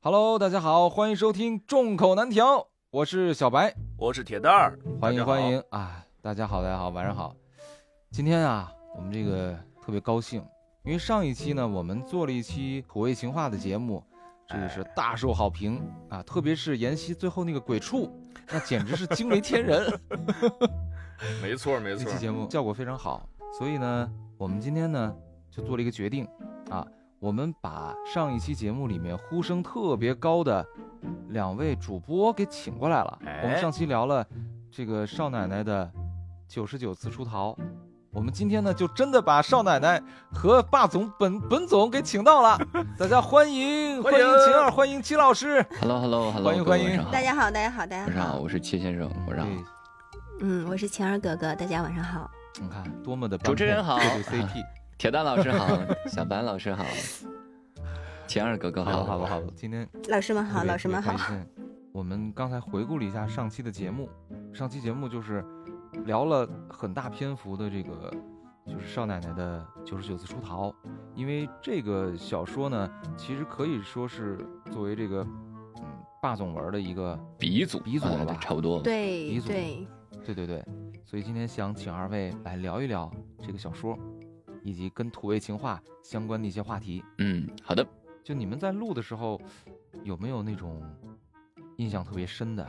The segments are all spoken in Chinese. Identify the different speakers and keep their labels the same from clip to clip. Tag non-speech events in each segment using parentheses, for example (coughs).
Speaker 1: Hello，大家好，欢迎收听《众口难调》，我是小白，
Speaker 2: 我是铁蛋儿，
Speaker 1: 欢迎
Speaker 2: 大家好
Speaker 1: 欢迎啊！大家好，大家好，晚上好。今天啊，我们这个特别高兴，因为上一期呢，我们做了一期《土味情话》的节目，这个是
Speaker 2: 哎
Speaker 1: 大受好评啊，特别是妍希最后那个鬼畜，那简直是惊为天人。
Speaker 2: 没错没
Speaker 1: 这
Speaker 2: 错
Speaker 1: 期，节目效果非常好，所以呢，我们今天呢就做了一个决定啊，我们把上一期节目里面呼声特别高的两位主播给请过来了。
Speaker 2: 哎
Speaker 1: 我们上期聊了这个少奶奶的九十九次出逃，我们今天呢就真的把少奶奶和霸总本本总给请到了，大家欢迎
Speaker 2: 欢
Speaker 1: 欢迎
Speaker 2: 迎
Speaker 1: 秦二，欢迎齐老师。
Speaker 3: h e l l o h e l l o h e l l o
Speaker 1: 欢迎欢迎嗯
Speaker 4: 大家好，大家好，大
Speaker 3: 晚
Speaker 4: 家
Speaker 3: 上好，
Speaker 4: 好。
Speaker 3: 我是切先生，晚上好。
Speaker 1: 对
Speaker 4: 嗯，我是晴儿哥哥，大家晚上好。
Speaker 1: 你看多么的
Speaker 3: 主持人
Speaker 1: 般配
Speaker 3: 好
Speaker 1: 这对 CP。
Speaker 3: 铁蛋老师好，小白老
Speaker 1: (laughs)
Speaker 3: 师好，钱二哥哥
Speaker 1: 好了
Speaker 3: 好，
Speaker 1: 啊好了好了，今天
Speaker 4: 老师们好，
Speaker 1: 特别
Speaker 4: 老师们。好
Speaker 1: 特。别开
Speaker 4: (laughs)
Speaker 1: 心我们刚才回顾了一下上期的节目，上期节目就是聊了很大篇幅的这个就是少奶奶的九十九次出逃，因为这个小说呢，其实可以说是作为这个嗯霸总文的一个
Speaker 3: 鼻祖
Speaker 1: 鼻祖了
Speaker 3: 啊
Speaker 1: 吧
Speaker 3: 差不多。，
Speaker 4: 对
Speaker 1: 鼻祖
Speaker 4: 对，
Speaker 1: 对对对，所以今天想请二位来聊一聊这个小说，以及跟土味情话相关的一些话题。
Speaker 3: 嗯，好的，
Speaker 1: 就你们在录的时候，有没有那种印象特别深的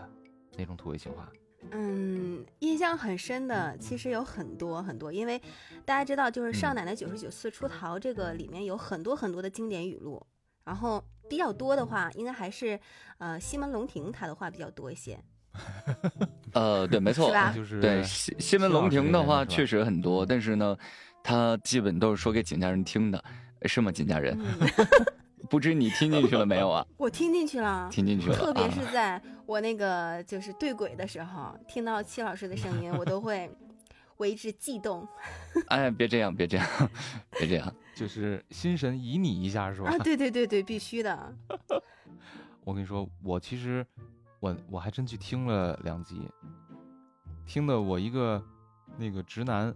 Speaker 1: 那种土味情话？
Speaker 4: 嗯，印象很深的其实有很多很多，因为大家知道，就是《少奶奶九十九次出逃》这个里面有很多很多的经典语录，然后比较多的话，应该还是呃西门龙亭他的话比较多一些。
Speaker 3: 呃，对，没错
Speaker 4: 是，吧
Speaker 1: 嗯就是
Speaker 3: 对，西西门龙亭的
Speaker 1: 啊
Speaker 3: 话确实很多，但是呢，他基本都是说给景家人听的，是吗？景家人，
Speaker 4: 嗯，
Speaker 3: 不知你听进去了没有
Speaker 4: (laughs)
Speaker 3: 啊？
Speaker 4: 我听进去了。
Speaker 3: 听进去了，
Speaker 4: 特别是
Speaker 3: 啊、
Speaker 4: 在我那个就是对轨的时候，听到戚老师的声音，我都会为之悸动。
Speaker 3: 哎，别这样，别这样， (laughs) 别这样，
Speaker 1: 就是心神旖旎一下是吧
Speaker 4: 啊，？对对对对，必须的。
Speaker 2: (laughs)
Speaker 1: 我跟你说，我其实我我还真去听了两集，听的我一个那个直男，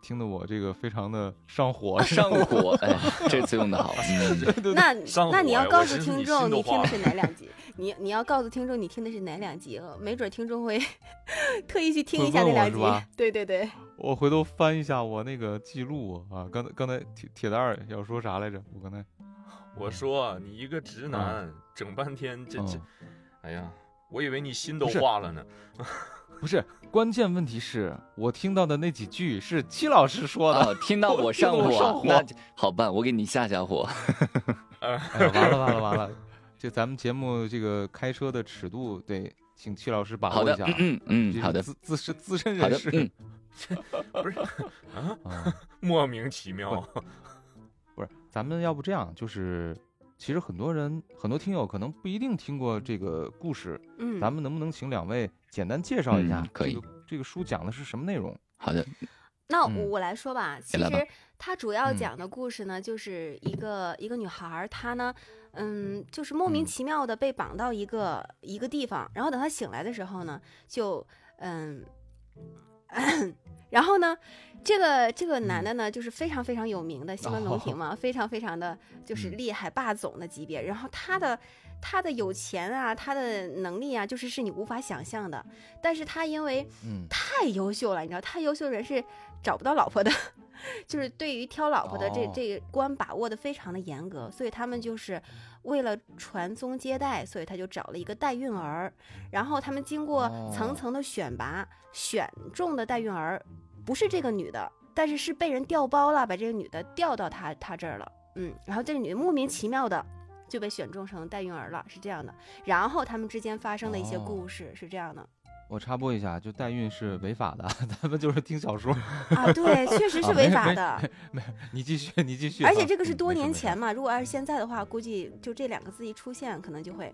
Speaker 1: 听的我这个非常的上火，
Speaker 3: 上火，哎，这次用的好，
Speaker 1: (laughs)
Speaker 3: 嗯。
Speaker 4: 那
Speaker 2: 上
Speaker 4: 那
Speaker 2: 火
Speaker 4: 你
Speaker 2: 呀
Speaker 4: 要
Speaker 2: 我
Speaker 4: 告诉
Speaker 2: 真是
Speaker 4: 听
Speaker 2: 你
Speaker 4: 众
Speaker 2: 心都
Speaker 4: 你听
Speaker 2: 化
Speaker 4: 的
Speaker 2: 了
Speaker 4: 是哪两集，你你要告诉听众你听的是哪两集，呃没准听众会 (laughs) 特意去听
Speaker 1: 会
Speaker 4: 一下
Speaker 1: 问我
Speaker 4: 那两
Speaker 1: 是
Speaker 4: 集
Speaker 1: 吧。
Speaker 4: 对对对，
Speaker 1: 我回头翻一下我那个记录啊，刚才刚才铁铁蛋儿要说啥来着？我刚才
Speaker 2: (laughs) 我说啊你一个直男，整半天这这
Speaker 1: 嗯，
Speaker 2: 哎呀，我以为你心都
Speaker 1: 不是
Speaker 2: 化了呢。
Speaker 1: 不是关键问题是我听到的那几句是戚老师说的，
Speaker 3: 啊，听到我上
Speaker 1: 听到我上
Speaker 3: 火
Speaker 1: 火，
Speaker 3: 那就好办，我给你下下火。
Speaker 1: (laughs) 哎呀，完了完了完了！这咱们节目这个开车的尺度得请戚老师把
Speaker 3: 好
Speaker 1: 握
Speaker 3: 的
Speaker 1: 一下啊，，
Speaker 3: 嗯嗯
Speaker 1: 这是
Speaker 3: 嗯，好的，
Speaker 1: 资资深资深
Speaker 3: 好
Speaker 1: 人
Speaker 3: 的
Speaker 1: 士，，
Speaker 3: 嗯，
Speaker 1: (laughs)
Speaker 2: 不是啊，
Speaker 1: 啊，
Speaker 2: 莫名其
Speaker 1: (laughs)
Speaker 2: 妙。
Speaker 1: 不是，咱们要不这样，就是其实很多人很多听友可能不一定听过这个故事，
Speaker 4: 嗯，
Speaker 1: 咱们能不能请两位简单介绍一下
Speaker 3: 嗯？可以
Speaker 1: 这个这个书讲的是什么内容？
Speaker 3: 好的，
Speaker 4: 那
Speaker 1: 嗯
Speaker 4: 我我来说吧，其
Speaker 3: 你来吧
Speaker 4: 实它主要
Speaker 1: 嗯
Speaker 4: 讲的故事呢，就是一个一个女孩儿，她呢，嗯，就是
Speaker 1: 嗯
Speaker 4: 莫名其妙的被绑到一个一个地方，然后等她醒来的时候呢，就嗯。 (coughs) 然后呢，这个这个男的呢，就是非常非常有名的西门龙亭嘛，非常非常的就是
Speaker 1: 哦嗯
Speaker 4: 厉害霸总的级别。然后他的他的有钱啊，他的能力啊，就是是你无法想象的。但是他因为
Speaker 1: 嗯，
Speaker 4: 太优秀了，你知道，太优秀的人是找不到老婆的， (laughs) 就是对于挑老婆的这、
Speaker 1: 哦
Speaker 4: 这个关把握的非常的严格，所以他们就是为了传宗接代，所以他就找了一个代孕儿，然后他们经过
Speaker 1: 哦
Speaker 4: 层层的选拔，选中的代孕儿不是这个女的，但是是被人调包了，把这个女的调到他他这儿了，嗯，然后这个女的莫名其妙的。就被选中成代孕儿了，是这样的。然后他们之间发生的一些
Speaker 1: 哦
Speaker 4: 故事是这样的，
Speaker 1: 我插播一下，就代孕是违法的， (laughs) 咱们就是听小说，
Speaker 4: 啊，对，确实
Speaker 1: 啊
Speaker 4: 是
Speaker 1: 没
Speaker 4: 违
Speaker 1: 事
Speaker 4: 法
Speaker 1: 没
Speaker 4: 的。
Speaker 1: 你继续，你继续啊。
Speaker 4: 而且这个是
Speaker 1: 嗯
Speaker 4: 多
Speaker 1: 没事
Speaker 4: 年
Speaker 1: 没事
Speaker 4: 前嘛，如果要是现在的话，估计就这两个字一出现，可能就会。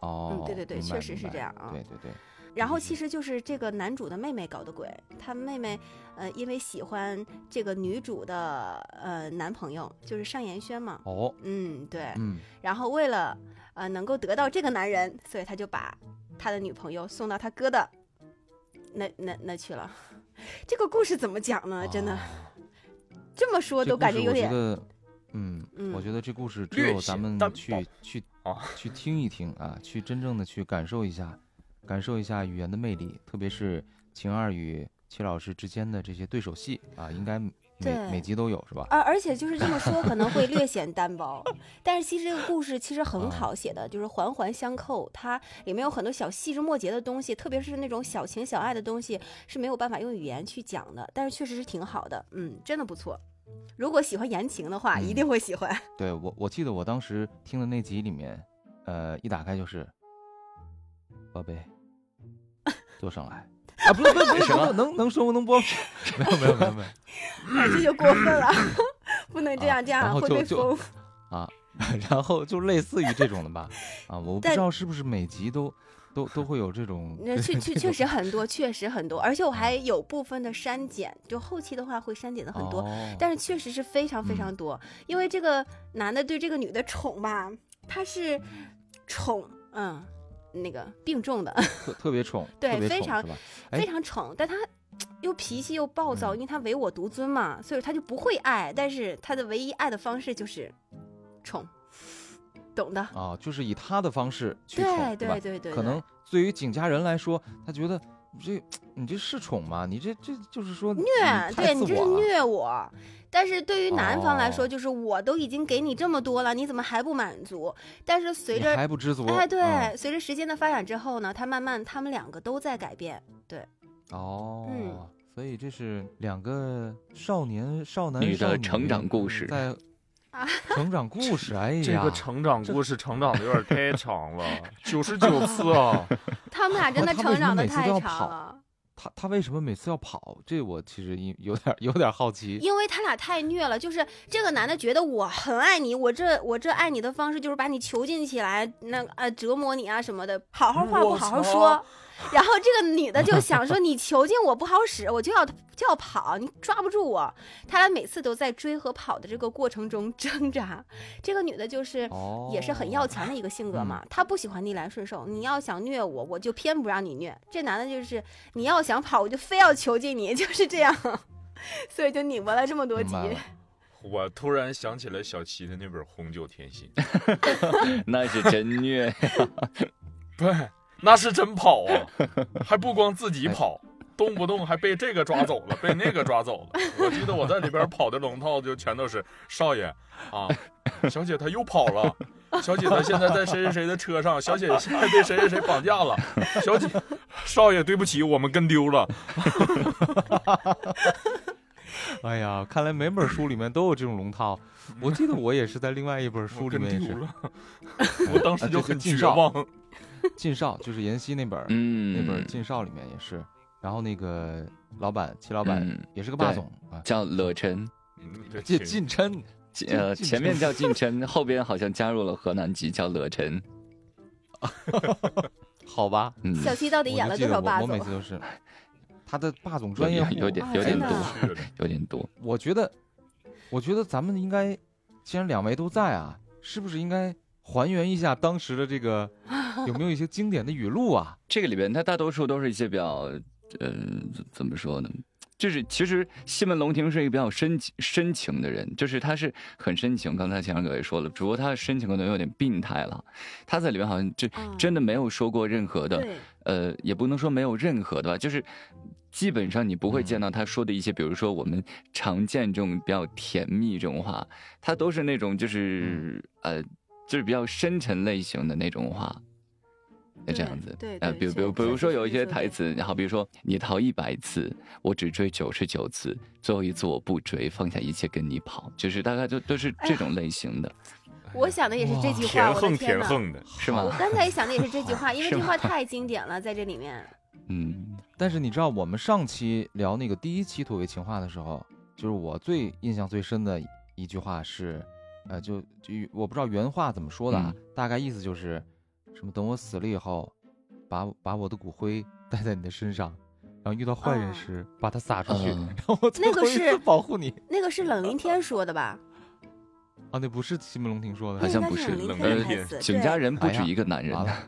Speaker 1: 哦、
Speaker 4: 嗯对对对
Speaker 1: 明白
Speaker 4: 确实
Speaker 1: 明
Speaker 4: 是
Speaker 1: 白
Speaker 4: 这样啊
Speaker 1: 对对对，
Speaker 4: 然后其实就是这个男主的妹妹搞的鬼，他妹妹，呃，因为喜欢这个女主的呃男朋友，就是尚延轩嘛，
Speaker 1: 哦，
Speaker 4: 嗯，对。
Speaker 1: 嗯，
Speaker 4: 然后为了呃能够得到这个男人，所以他就把他的女朋友送到他哥的那那那去了。 (laughs) 这个故事怎么讲呢？真的
Speaker 1: 啊
Speaker 4: 这么说
Speaker 1: 这
Speaker 4: 都
Speaker 1: 故
Speaker 4: 感
Speaker 1: 事
Speaker 4: 觉有
Speaker 1: 我
Speaker 4: 点
Speaker 1: 觉得嗯，
Speaker 4: 嗯
Speaker 1: 我觉得这故事只
Speaker 2: 略
Speaker 1: 有咱
Speaker 2: 显
Speaker 1: 们
Speaker 2: 单
Speaker 1: 去
Speaker 2: 薄
Speaker 1: 去
Speaker 2: 啊
Speaker 1: 去听一听啊，去真正的去感受一下，感受一下语言的魅力，特别是秦二与齐老师之间的这些对手戏啊，应该每
Speaker 4: 对
Speaker 1: 每集都有是吧？
Speaker 4: 而而且就是这么说，可能
Speaker 1: (laughs)
Speaker 4: 会略显单薄，但是其实这个故事其实
Speaker 1: 啊
Speaker 4: 很好写的，就是环环相扣，它里面有很多小细枝末节的东西，特别是那种小情小爱的东西是没有办法用语言去讲的，但是确实是挺好的，嗯，真的不错。如果喜欢言情的话，
Speaker 1: 嗯
Speaker 4: 一定会喜欢。
Speaker 1: 对我我记得我当时听的那集里面，呃，一打开就是，宝
Speaker 4: (laughs)
Speaker 1: 贝，坐上来。啊，不是不是不是
Speaker 3: 什么
Speaker 1: 不是能能说不能播？没有没有没有没有
Speaker 4: 哎，这就过分
Speaker 1: (laughs)
Speaker 4: 了，不能这样，
Speaker 1: 啊
Speaker 4: 这样
Speaker 1: 然后
Speaker 4: 会
Speaker 1: 就
Speaker 4: 被
Speaker 1: 就 (laughs)
Speaker 4: 封。
Speaker 1: 啊，然后就类似于这种的吧，啊，我不
Speaker 4: 但
Speaker 1: 知道是不是每集都都都会有这种，
Speaker 4: 那确确确实很多，确实很多，而且我还有部分的删减，就后期的话会删减的很多，
Speaker 1: 哦
Speaker 4: 但是确实是非
Speaker 1: 嗯
Speaker 4: 常非常多，因为这个男的对这个女的宠吧，他是宠，嗯，那个病重的，
Speaker 1: 特特别宠，
Speaker 4: 对
Speaker 1: 特别
Speaker 4: 非
Speaker 1: 宠
Speaker 4: 常
Speaker 1: 是吧？哎
Speaker 4: 非常宠，但他又脾气又暴
Speaker 1: 嗯
Speaker 4: 躁，因为他唯我独尊嘛，所以他就不会爱，但是他的唯一爱的方式就是宠，懂的，
Speaker 1: 啊，就是以他的方式去宠，
Speaker 4: 对
Speaker 1: 对吧
Speaker 4: 对？对对，
Speaker 1: 可能对于景家人来说，他觉得这你这是宠吗？你这这就是说虐
Speaker 4: 虐，对你这是虐我。但是对于男方来说，
Speaker 1: 哦
Speaker 4: 就是我都已经给你这么多了，你怎么还不满足？但是随
Speaker 1: 你
Speaker 4: 着
Speaker 1: 还不知足，
Speaker 4: 哎，对，
Speaker 1: 嗯
Speaker 4: 随着时间的发展之后呢，他慢慢他们两个都在改变。
Speaker 1: 哦，
Speaker 4: 嗯
Speaker 1: 所以这是两个少年少男
Speaker 3: 女
Speaker 1: 少
Speaker 3: 的成长故事，
Speaker 1: 在
Speaker 4: 啊
Speaker 1: 成长故
Speaker 4: (laughs)
Speaker 1: 事，哎呀，
Speaker 2: 这个成长故事成长的有点太长
Speaker 1: (laughs)
Speaker 2: 了，九十九次啊！
Speaker 4: 他们俩真
Speaker 1: 他
Speaker 4: 的
Speaker 1: 为
Speaker 4: 成
Speaker 1: 什么
Speaker 4: 长的
Speaker 1: 每次
Speaker 4: 太
Speaker 1: 都要
Speaker 4: 长
Speaker 1: 跑
Speaker 4: 了，
Speaker 1: 他他为什么每次要跑？这我其实有有点有点好奇。
Speaker 4: 因为他俩太虐了。就是这个男的觉得我很爱你，我这我这爱你的方式就是把你囚禁起来，那啊折磨你啊什么的，好好话不
Speaker 2: 我
Speaker 4: 好
Speaker 2: 操
Speaker 4: 好
Speaker 1: (laughs)
Speaker 4: 说。然后这个女的就想说，你囚禁我不好使，我就要就要跑，你抓不住我。他俩每次都在追和跑的这个过程中挣扎。这个女的就是
Speaker 1: 哦，
Speaker 4: 也是很要 (laughs) 强的一个性格
Speaker 3: 嗯
Speaker 4: 嘛。他不喜欢逆来顺受，你要想虐我，我就偏不让你虐。这男的就是你要想跑，我就非要囚禁你， (laughs) 就是这样。所以就拧巴了这么多
Speaker 1: 明
Speaker 4: 集
Speaker 1: 白，了
Speaker 2: (laughs) 我突然想起了小齐的那本《红酒甜心》，
Speaker 3: 那是真虐。
Speaker 2: (laughs) 对，那是真跑啊，还不光自己跑，动不动还被这个抓走了，被那个抓走了。我记得我在里边跑的龙套就全都是少爷啊，小姐她又跑了。小姐，她现在在谁谁谁的车上。小姐现在被谁谁谁绑架了。小姐，少爷，对不起，我们跟丢了。
Speaker 1: 哎呀，看来每本书里面都有这种龙
Speaker 2: (laughs)
Speaker 1: 套。我记得我也是在另外一本
Speaker 2: 我
Speaker 1: 书里
Speaker 2: 跟
Speaker 1: 面也
Speaker 2: 丢
Speaker 1: 是 (laughs) 呃
Speaker 2: 了，我当时就很
Speaker 1: 这个
Speaker 2: 绝望。
Speaker 1: 《晋少》，就是妍希那本儿、那
Speaker 3: (laughs) 嗯，
Speaker 1: 本《晋少》里面也是。然后那个老板齐老板、
Speaker 3: 嗯
Speaker 1: 也是个霸总啊，
Speaker 3: 叫乐晨，
Speaker 2: 嗯对
Speaker 1: 这
Speaker 2: 挺
Speaker 1: 晋琛
Speaker 3: 晋
Speaker 1: 晋
Speaker 3: 呃，
Speaker 1: 晋
Speaker 3: 前面
Speaker 1: 琛
Speaker 3: 叫晋琛， (laughs) 后边好像加入了河南籍，叫乐晨。
Speaker 1: 好吧？
Speaker 3: 嗯，
Speaker 4: 小七到
Speaker 1: 我
Speaker 4: 底演
Speaker 1: 就
Speaker 4: 了
Speaker 1: 记
Speaker 4: 多少
Speaker 1: 得
Speaker 4: 霸
Speaker 1: 我我每
Speaker 4: 总
Speaker 1: 次？都
Speaker 4: (laughs)
Speaker 1: 是他的霸总专业户，
Speaker 3: 有点
Speaker 4: 哦
Speaker 3: 有点
Speaker 4: 真的
Speaker 3: 多
Speaker 4: 啊，
Speaker 2: 是的
Speaker 3: 有点多。
Speaker 1: 我觉得，我觉得咱们应该，既然两位都在啊，是不是应该还原一下当时的这
Speaker 4: (laughs)
Speaker 1: 个有没有一些经典的语录啊？
Speaker 3: 这个里边，它大多数都是一些比较，呃，怎么说呢？就是其实西门龙庭是一个比较深情深情的人，就是他是很深情。刚才前面各位说了，只不过他深情可能有点病态了。他在里面好像这
Speaker 4: 啊
Speaker 3: 真的没有说过任何的，
Speaker 4: 对，
Speaker 3: 呃，也不能说没有任何的吧，就是基本上你不会
Speaker 4: 嗯
Speaker 3: 见到他说的一些，比如说我们常见这种比较甜蜜这种话，他都是那种就是、
Speaker 4: 嗯
Speaker 3: 呃，就是比较深沉类型的那种话。那这样子，
Speaker 4: 对对
Speaker 3: 呃，
Speaker 4: 对
Speaker 3: 比如比
Speaker 4: 是
Speaker 3: 如比如
Speaker 4: 是
Speaker 3: 说
Speaker 4: 是
Speaker 3: 有一
Speaker 4: 是
Speaker 3: 些
Speaker 4: 对
Speaker 3: 台词，然后比如说你逃一百次，我只追九十九次，最后一次我不追，放下一切跟你跑，就是大概就都是
Speaker 4: 哎
Speaker 3: 这种类型的，
Speaker 4: 我想的也是这句话，
Speaker 2: 田
Speaker 4: 我的
Speaker 2: 横
Speaker 4: 天
Speaker 2: 田
Speaker 4: 呐！
Speaker 2: 横的，
Speaker 3: 是
Speaker 4: 我
Speaker 3: 吗？
Speaker 4: 刚才想的也
Speaker 3: (laughs)
Speaker 4: 是这句话，因为
Speaker 3: 是
Speaker 4: 这
Speaker 3: 吗
Speaker 4: 句话太经典了，在这里面。
Speaker 3: 嗯，
Speaker 1: 但是你知道，我们上期聊那个第一期土味情话的时候，就是我最印象最深的一句话是，呃，就就我不知道原话怎么说的啊，大概意思就是什么，等我死了以后，把把我的骨灰带在你的身上。然后遇到坏人
Speaker 4: 嗯
Speaker 1: 时，把它撒出去，
Speaker 3: 嗯
Speaker 1: 然后我最
Speaker 4: 那个
Speaker 1: 后一
Speaker 4: 是
Speaker 1: 次保护你
Speaker 4: 那个是
Speaker 3: (laughs)
Speaker 4: 冷临天说的吧？
Speaker 1: 啊！那不是西门龙庭说的，
Speaker 3: 好像
Speaker 4: 那
Speaker 3: 不
Speaker 4: 应该是
Speaker 3: 是哎
Speaker 4: 冷
Speaker 2: 冷
Speaker 4: 临天
Speaker 2: 临
Speaker 4: 的台
Speaker 2: 天
Speaker 4: 词。
Speaker 3: 景
Speaker 4: 对
Speaker 3: 家人不
Speaker 1: 哎
Speaker 3: 止
Speaker 1: 呀
Speaker 3: 一个男人
Speaker 1: 完了，
Speaker 3: 啊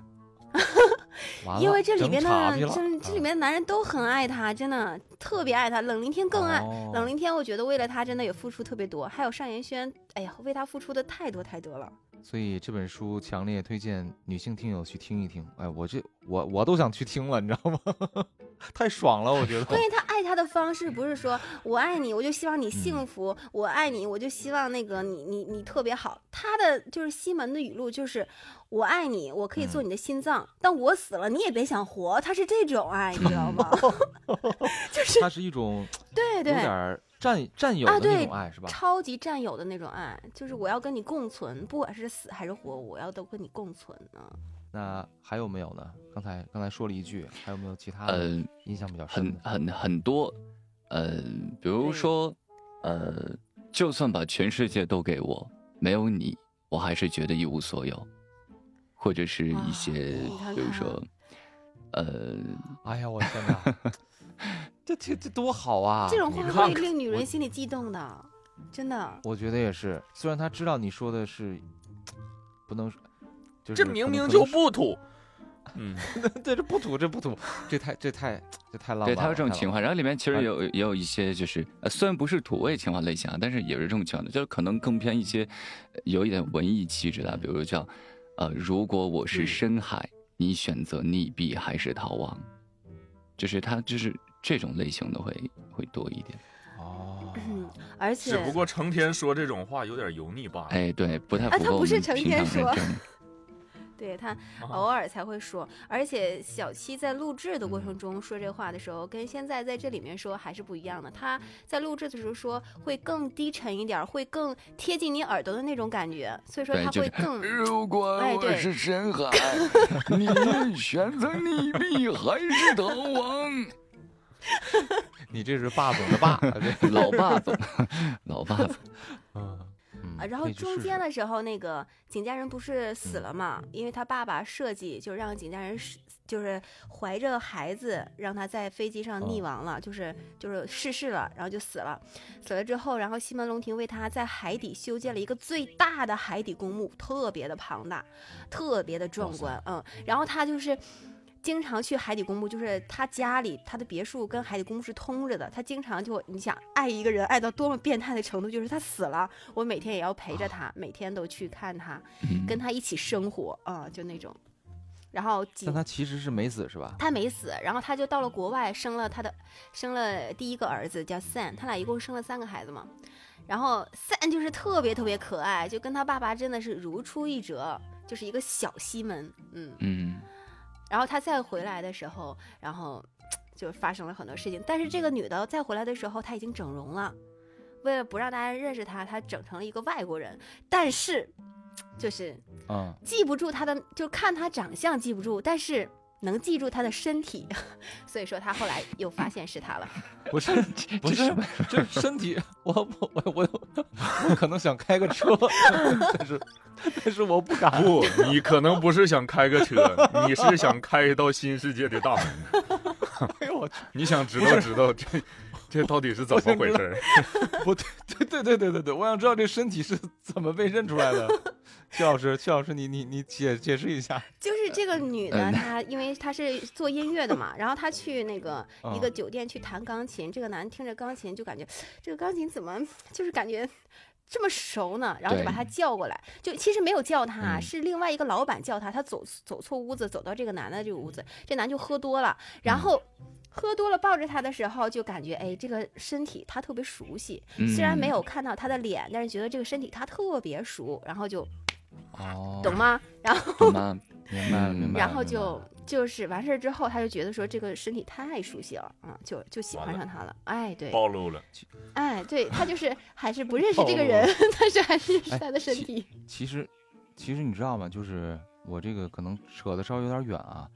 Speaker 1: 完了，啊
Speaker 4: 因为这里边
Speaker 1: 呢
Speaker 4: 的，这这里
Speaker 3: 嗯
Speaker 4: 面男人都很爱她，真的特别爱她。冷凌天更爱、
Speaker 1: 哦
Speaker 4: 冷凌天，我觉得为了她真的也付出特别多。还有尚妍轩，哎呀，为她付出的太多太多了。
Speaker 1: 所以这本书强烈推荐女性听友去听一听。哎，我这我我都想去听了，你知道吗？ (laughs) 太爽了，我觉得
Speaker 4: 关。键他爱她的方式不是说我爱你，我就希望你
Speaker 1: 嗯
Speaker 4: 幸福；我爱你，我就希望那个你你你特别好。他的就是西门的语录就是我爱你，我可以
Speaker 1: 嗯
Speaker 4: 做你的心脏，但我死了你也别想活。他是这种爱，你知道吗？就是
Speaker 1: 它是一种
Speaker 4: (laughs) 对
Speaker 1: 哦有
Speaker 4: (laughs) 对，
Speaker 1: 点儿占占有
Speaker 4: 啊
Speaker 1: 的那
Speaker 4: 对
Speaker 1: 种爱，是吧？嗯
Speaker 4: 超级占有的那种爱，就是我要跟你共存，不管是死还是活，我要都跟你共存呢。
Speaker 1: 那还有没有呢？刚才刚才说了一句，还有没有其他的
Speaker 3: 呃，
Speaker 1: 印象比较深
Speaker 3: 很
Speaker 1: 的？
Speaker 3: 很很多，呃，比如说，呃，就算把全世界都给我，没有你，我还是觉得一无所有，或者是一些
Speaker 4: 哇你看，看
Speaker 3: 比如说，呃，
Speaker 1: 哎呀，我天哪！
Speaker 4: (laughs)
Speaker 1: 这这这多好啊！
Speaker 4: 这种话
Speaker 2: 你看
Speaker 4: 会
Speaker 2: 看
Speaker 4: 令女
Speaker 1: 我
Speaker 4: 人心里悸动的，真的。
Speaker 1: 我觉得也是，虽然他知道你说的是不能，就是
Speaker 2: 这
Speaker 1: 可
Speaker 2: 明
Speaker 1: 能
Speaker 2: 明
Speaker 1: 可能
Speaker 2: 就是不土。嗯，
Speaker 1: (laughs) 对，这不土，这不土，这太这太这太浪漫了。
Speaker 3: 对他有这种
Speaker 1: 太浪
Speaker 3: 情
Speaker 1: 漫
Speaker 3: 况，然后里面其
Speaker 1: 哎
Speaker 3: 实有也有一些就是，呃，虽然不是土味情话类型啊，但是也是这种情况的，就是可能更偏一些呃有一点文艺气质的啊，比如叫，呃，如果我
Speaker 4: 嗯
Speaker 3: 是深海，你选择溺毙还是逃亡，就是他就是这种类型的会会多一点。
Speaker 1: 哦，
Speaker 4: 嗯，而且
Speaker 2: 只不过成天说这种话有点油腻罢了。
Speaker 3: 哎，对，不太
Speaker 4: 哎
Speaker 3: 符
Speaker 4: 他
Speaker 3: 合
Speaker 4: 不
Speaker 3: 我
Speaker 4: 是
Speaker 3: 们
Speaker 4: 成
Speaker 3: 平
Speaker 4: 天
Speaker 3: 常认
Speaker 4: 说
Speaker 3: 真。
Speaker 4: (laughs) 对他
Speaker 2: 啊
Speaker 4: 偶尔才会说，而且小七在录制的过
Speaker 2: 嗯
Speaker 4: 程中说这话的时候，跟现在在这里面说还是不一样的。他在录制的时候说会更低沉一点儿，会更贴近你耳朵的那种感觉，所以说
Speaker 3: 对
Speaker 4: 他
Speaker 3: 就
Speaker 4: 会
Speaker 3: 是
Speaker 4: 更
Speaker 3: 如果
Speaker 4: 哎对
Speaker 3: 我是深
Speaker 4: (laughs)
Speaker 3: 海，你选择溺毙还是逃亡？
Speaker 1: 你这是霸总的
Speaker 3: (laughs)
Speaker 1: 霸，这
Speaker 3: 老霸总，老霸总。
Speaker 1: 嗯嗯
Speaker 4: 啊，然后
Speaker 1: 可以去
Speaker 4: 中
Speaker 1: 试
Speaker 4: 间
Speaker 1: 试嗯
Speaker 4: 的时候，那个景家人不是死了嘛？因为他爸爸设计就让景家人是就是怀着孩子，让他在飞机上溺
Speaker 1: 哦
Speaker 4: 亡了，就是就是逝世了，然后就死了。死了之后，然后西门龙庭为他在海底修建了一个最大的海底公墓，特别的庞大，特别的壮
Speaker 1: 塞
Speaker 4: 观，嗯。然后他就是。经常去海底公墓，就是他家里他的别墅跟海底公墓是通着的。他经常就你想爱一个人爱到多么变态的程度，就是他死了，我每天也要陪着他，每天都去看他，
Speaker 3: 嗯
Speaker 4: 跟他一起生活啊、就那种。然后几
Speaker 1: 但他其实是没死是吧？
Speaker 4: 他没死，然后他就到了国外，生了他的生了第一个儿子叫 Sam，他俩一共生了三个孩子嘛。然后 Sam 就是特别特别可爱，就跟他爸爸真的是如出一辙，就是一个小西门，嗯。
Speaker 3: 嗯，
Speaker 4: 然后他再回来的时候，然后就发生了很多事情。但是这个女的再回来的时候，她已经整容了，为了不让大家认识她，她整成了一个外国人。但是，就是
Speaker 1: 嗯，
Speaker 4: 记不住她的，就看她长相记不住，但是能记住她的身体。 (laughs) 所以说，她后来又发现是她了。
Speaker 1: 不
Speaker 3: (laughs)
Speaker 1: 是不
Speaker 3: 这
Speaker 1: 是
Speaker 3: 什么，
Speaker 1: 就是身体，我我我我我可能想开个车， (laughs) 但是但是我不敢。
Speaker 2: (laughs) 不，你可能不是想开个车，你是想开一道新世界的大门。
Speaker 1: 哎呦我去！
Speaker 2: 你想知道知道这这到底是怎么回事儿？
Speaker 1: (laughs) 不对，对对对对对对，我想知道这身体是怎么被认出来的。曲老师，曲老师，你你你解解释一下。
Speaker 4: 就是这个女的，
Speaker 3: 嗯 (laughs)
Speaker 4: 她因为她是做音乐的嘛，然后她去
Speaker 3: (laughs)
Speaker 4: 那个
Speaker 1: 嗯
Speaker 4: 一个酒店去弹钢琴，这个男的听着钢琴就感觉这个钢琴怎么就是感觉这么熟呢，然后就把
Speaker 3: 对
Speaker 4: 她叫过来，就其实没有叫她，
Speaker 3: 嗯
Speaker 4: 是另外一个老板叫她，她走走错屋子，走到这个男的这个屋
Speaker 3: 嗯
Speaker 4: 子，这男就喝多了，然后。喝多了抱着她的时候，就感觉哎，这个身体她特别熟悉，
Speaker 3: 嗯
Speaker 4: 虽然没有看到她的脸，但是觉得这个身体她特别熟，然后就
Speaker 1: 哦
Speaker 3: 嗯
Speaker 4: 懂？吗？然后。
Speaker 3: 懂吗？
Speaker 1: 明白了，
Speaker 3: 嗯
Speaker 1: 明白了。
Speaker 4: 然后
Speaker 1: 明白了
Speaker 4: 就就是完事儿之后，他就觉得说这个身体太熟悉了，嗯，就就喜欢
Speaker 2: 完了
Speaker 4: 上他了。哎，
Speaker 2: (laughs)
Speaker 4: 对，
Speaker 2: 暴露了，
Speaker 4: 哎，对他
Speaker 1: (laughs)
Speaker 4: 就是还是不认识
Speaker 1: 暴
Speaker 4: 这个
Speaker 1: 露
Speaker 4: 人，但是还是
Speaker 1: 哎
Speaker 4: 他的身
Speaker 1: 其
Speaker 4: 体。
Speaker 1: 其实，其实你知道吗？就是我这个可能扯的稍微有点远啊，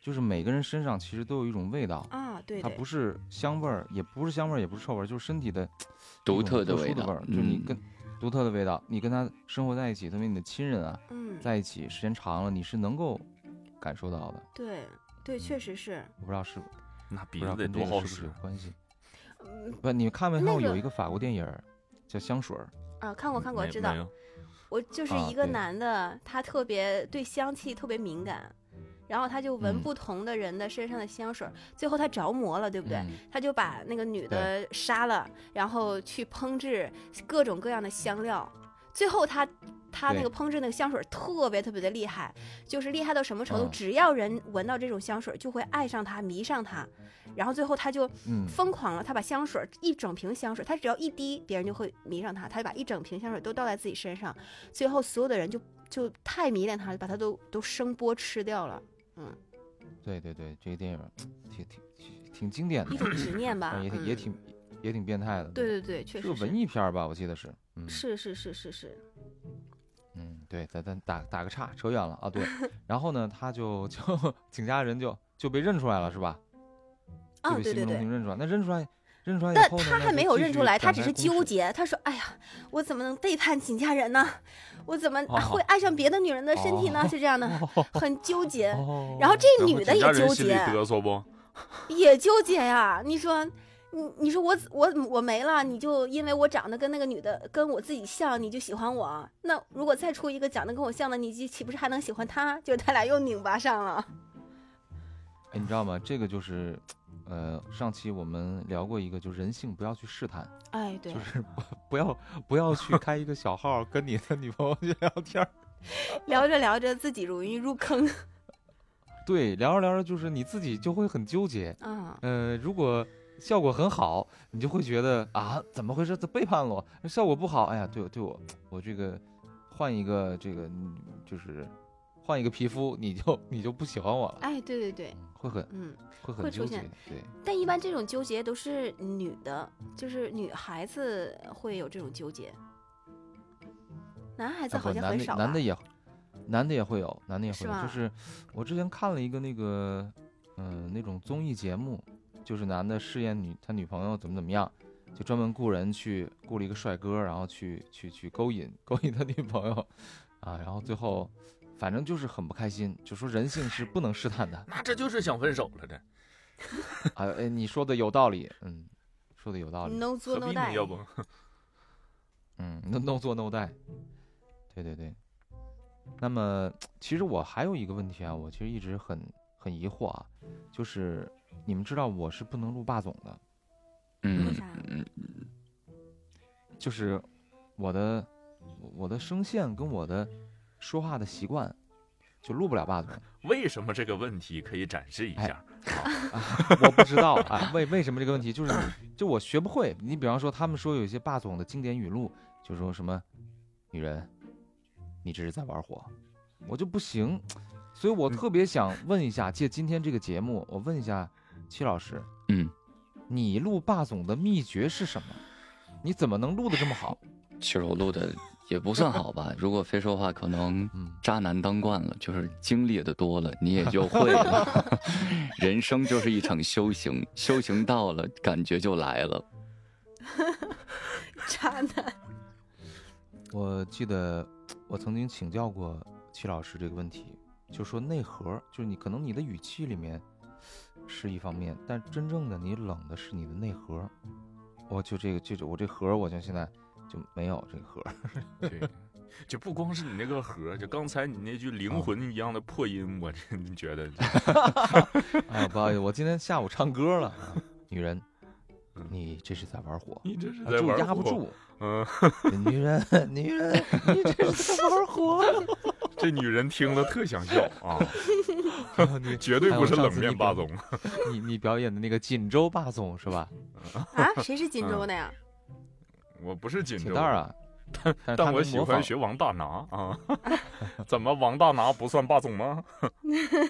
Speaker 1: 就是每个人身上其实都有一种味道，
Speaker 4: 啊，对
Speaker 1: 它
Speaker 4: 对
Speaker 1: 不，是香味儿，也不是香味儿，也不是臭味儿，就是身体的
Speaker 3: 独
Speaker 1: 一种
Speaker 3: 特的
Speaker 1: 特殊
Speaker 3: 味
Speaker 1: 的
Speaker 3: 道
Speaker 1: 味儿，就是你
Speaker 3: 嗯
Speaker 1: 跟独特的味道，你跟他生活在一起，特别你的亲人啊，
Speaker 4: 嗯，
Speaker 1: 在一起时间长了，你是能够感受到的。
Speaker 4: 对对，确实是。
Speaker 1: 我不知道是
Speaker 2: 那鼻
Speaker 1: 不知道
Speaker 2: 子得
Speaker 1: 跟这
Speaker 2: 多
Speaker 1: 个是
Speaker 2: 好
Speaker 1: 不是
Speaker 2: 使
Speaker 1: 有。关系？
Speaker 4: 嗯
Speaker 1: 不，你看没看
Speaker 4: 那
Speaker 1: 过有
Speaker 4: 个
Speaker 1: 一个法国电影儿叫《香水儿
Speaker 4: 啊，看过看过，
Speaker 2: 没
Speaker 4: 知道
Speaker 2: 没。有
Speaker 4: 我就是
Speaker 1: 啊
Speaker 4: 一个
Speaker 1: 对
Speaker 4: 男的，他特别对香气特别敏感，然后他就闻
Speaker 1: 嗯
Speaker 4: 不同的人的身上的香水儿，最后他着魔了，对不对？
Speaker 3: 嗯
Speaker 4: 他就把那个女的杀了，然后去烹制各种各样的香料。最后他他那
Speaker 1: 对
Speaker 4: 个烹制那个香水儿特别特别的厉害，就是厉害到什么程度？
Speaker 1: 嗯
Speaker 4: 只要人闻到这种香水儿，就会爱上它、迷上它。然后最后他就
Speaker 1: 嗯，
Speaker 4: 疯狂了，他把香水儿一整瓶香水儿，他只要一滴，别人就会迷上他，他就把一整瓶香水儿都倒在自己身上，最后所有的人就就太迷恋他了，把他都都生剥吃掉了，
Speaker 1: 对对对，这个电影儿挺挺挺挺经典的
Speaker 4: 一，种执念吧
Speaker 1: 但，也挺
Speaker 4: 嗯
Speaker 1: 哎也挺也挺变态的。
Speaker 4: 对，对对，确
Speaker 1: 是
Speaker 4: 实
Speaker 1: 个
Speaker 4: 是
Speaker 1: 文艺片儿吧？我记得是，嗯
Speaker 4: 是是是是是，
Speaker 1: 嗯，对，咱咱打打个岔，扯远了啊。
Speaker 4: (laughs)
Speaker 1: 对，然后呢，他就就景家人就就被认出来了，是吧？
Speaker 4: 啊，
Speaker 1: 就被西
Speaker 4: 对对
Speaker 1: 门龙
Speaker 4: 对
Speaker 1: 庭。认出来。那认出来，认出来以
Speaker 4: 但
Speaker 1: 后呢？
Speaker 4: 他
Speaker 1: 那
Speaker 4: 还
Speaker 1: 就
Speaker 4: 没有
Speaker 1: 继
Speaker 4: 认
Speaker 1: 续
Speaker 4: 出来，他
Speaker 1: 展
Speaker 4: 只
Speaker 1: 开
Speaker 4: 是
Speaker 1: 故
Speaker 4: 纠
Speaker 1: 事。
Speaker 4: 结。他说：“哎呀，我怎么能背叛景家人呢？我怎么啊
Speaker 1: 哦
Speaker 4: 会爱上别的女人的身体呢？”
Speaker 1: 哦
Speaker 4: 是这
Speaker 1: (laughs)
Speaker 4: 样的，
Speaker 1: 哦
Speaker 4: 很纠结。
Speaker 1: 哦
Speaker 4: 然后这
Speaker 2: 然后
Speaker 4: 女的
Speaker 2: 几
Speaker 4: 也
Speaker 2: 家人
Speaker 4: 纠
Speaker 2: 心里
Speaker 4: 结，
Speaker 2: 哆嗦不？
Speaker 4: 也纠结呀、你说，你你说我我我没了，你就因为我长得跟那个女的跟我自己像，你就喜欢我。啊那如果再出一个长得跟我像的，你就岂不是还能喜欢她？就他俩又拧巴上了。
Speaker 1: 哎，你知道吗？这个就是，呃，上期我们聊过一个，就是人性不要去试探，
Speaker 4: 哎，对
Speaker 1: 就，是不不要不要去开一个小号儿跟你的女朋友去聊天儿。 (laughs)
Speaker 4: 聊着聊着自己容易入 (laughs) 坑
Speaker 1: 对，聊着聊着就是你自己就会很纠结。
Speaker 4: 啊。
Speaker 1: 呃，如果效果很好，你就会觉得啊，怎么回事？他背叛了我。效果不好，哎呀，对我对我我这个换一个这个嗯就是换一个皮肤，你就你就不喜欢我了，
Speaker 4: 哎，对对对，
Speaker 1: 嗯会很
Speaker 4: 嗯。
Speaker 1: 会
Speaker 4: 会
Speaker 1: 很
Speaker 4: 出
Speaker 1: 纠结
Speaker 4: 现。
Speaker 1: 对，
Speaker 4: 但一般这种纠结都是女的，就是女孩子会有这种纠结，男孩子
Speaker 1: 啊不
Speaker 4: 好像很少吧。
Speaker 1: 男的男的也，男的也会有，男的也
Speaker 4: 是
Speaker 1: 会有。
Speaker 4: 吧
Speaker 1: 就是我之前看了一个那个，嗯、那种综艺节目，就是男的试验女他女朋友怎么怎么样，就专门雇人去雇了一个帅哥，然后去去去勾引 (laughs) 勾引他女朋友，啊，然后最后反正就是很不开心，就说人性是不能试探的 (laughs)
Speaker 2: 那这就是想分手了，这
Speaker 1: 啊。哎，你说的有道理，嗯，说的有道理。
Speaker 4: no 作
Speaker 2: 嗯何
Speaker 4: no
Speaker 2: 必
Speaker 4: die
Speaker 2: 呢？。要不，
Speaker 1: 嗯，no no 做 no die，对对对。那么，其实我还有一个问题啊，我其实一直很很疑惑啊，就是你们知道我是不能录霸总的，
Speaker 4: 为
Speaker 3: 嗯
Speaker 4: 啥
Speaker 3: 嗯，
Speaker 1: 就是我的我的声线跟我的说话的习惯，就录不了霸总。
Speaker 2: 为什么这个问题可以展示一下？啊
Speaker 1: 我不知道啊，为为什么这个问题就是就我学不会。你比方说，他们说有一些霸总的经典语录，就说什么“女人，你这是在玩火”，我就不行。所以我特别想问一下，借今天这个节目，我问一下戚老师，
Speaker 3: 嗯，
Speaker 1: 你录霸总的秘诀是什么？你怎么能录的这么好？
Speaker 3: 其实我录的也不算好吧。如果非说话，可能
Speaker 1: 嗯，
Speaker 3: 渣男当惯了，就是经历的多了，你也就会
Speaker 4: (laughs)
Speaker 3: 了。人生就是一场修行，修行到了，感觉就来了。
Speaker 4: 渣男。
Speaker 1: 我记得我曾经请教过戚老师这个问题，就说内核，就是你可能你的语气里面是一方面，但真正的你冷的是你的内核。我就这个，这种我这核，我就现在就没有这个核。
Speaker 2: 对， (laughs) 就不光是你那个核，就刚才你那句灵魂一样的破音，我真觉 (laughs) 得
Speaker 1: 啊，不好意思，我今天下午唱歌了。啊 (laughs) 女人，
Speaker 2: 嗯
Speaker 1: 你这是在玩火，
Speaker 2: 你这是
Speaker 1: 啊
Speaker 2: 在
Speaker 1: 住
Speaker 2: 玩
Speaker 1: 压不
Speaker 2: 火。
Speaker 1: 住。
Speaker 2: 嗯，
Speaker 1: 女人，女人，你这是在玩 (laughs) 火。
Speaker 2: 这女人听了特想笑啊，
Speaker 1: 你
Speaker 2: 绝对不是冷面霸总。
Speaker 1: 你你表演的那个锦州霸总是吧？
Speaker 4: 啊，谁是
Speaker 2: (laughs)
Speaker 4: 锦
Speaker 2: 嗯
Speaker 4: 州的呀？
Speaker 2: 我不是锦
Speaker 1: 铁
Speaker 2: 州，
Speaker 1: 蛋儿啊，但是他
Speaker 2: 但我
Speaker 1: 能
Speaker 2: 喜
Speaker 1: 模
Speaker 2: 欢
Speaker 1: 仿
Speaker 2: 学王大拿啊。怎么王大拿不算霸总吗？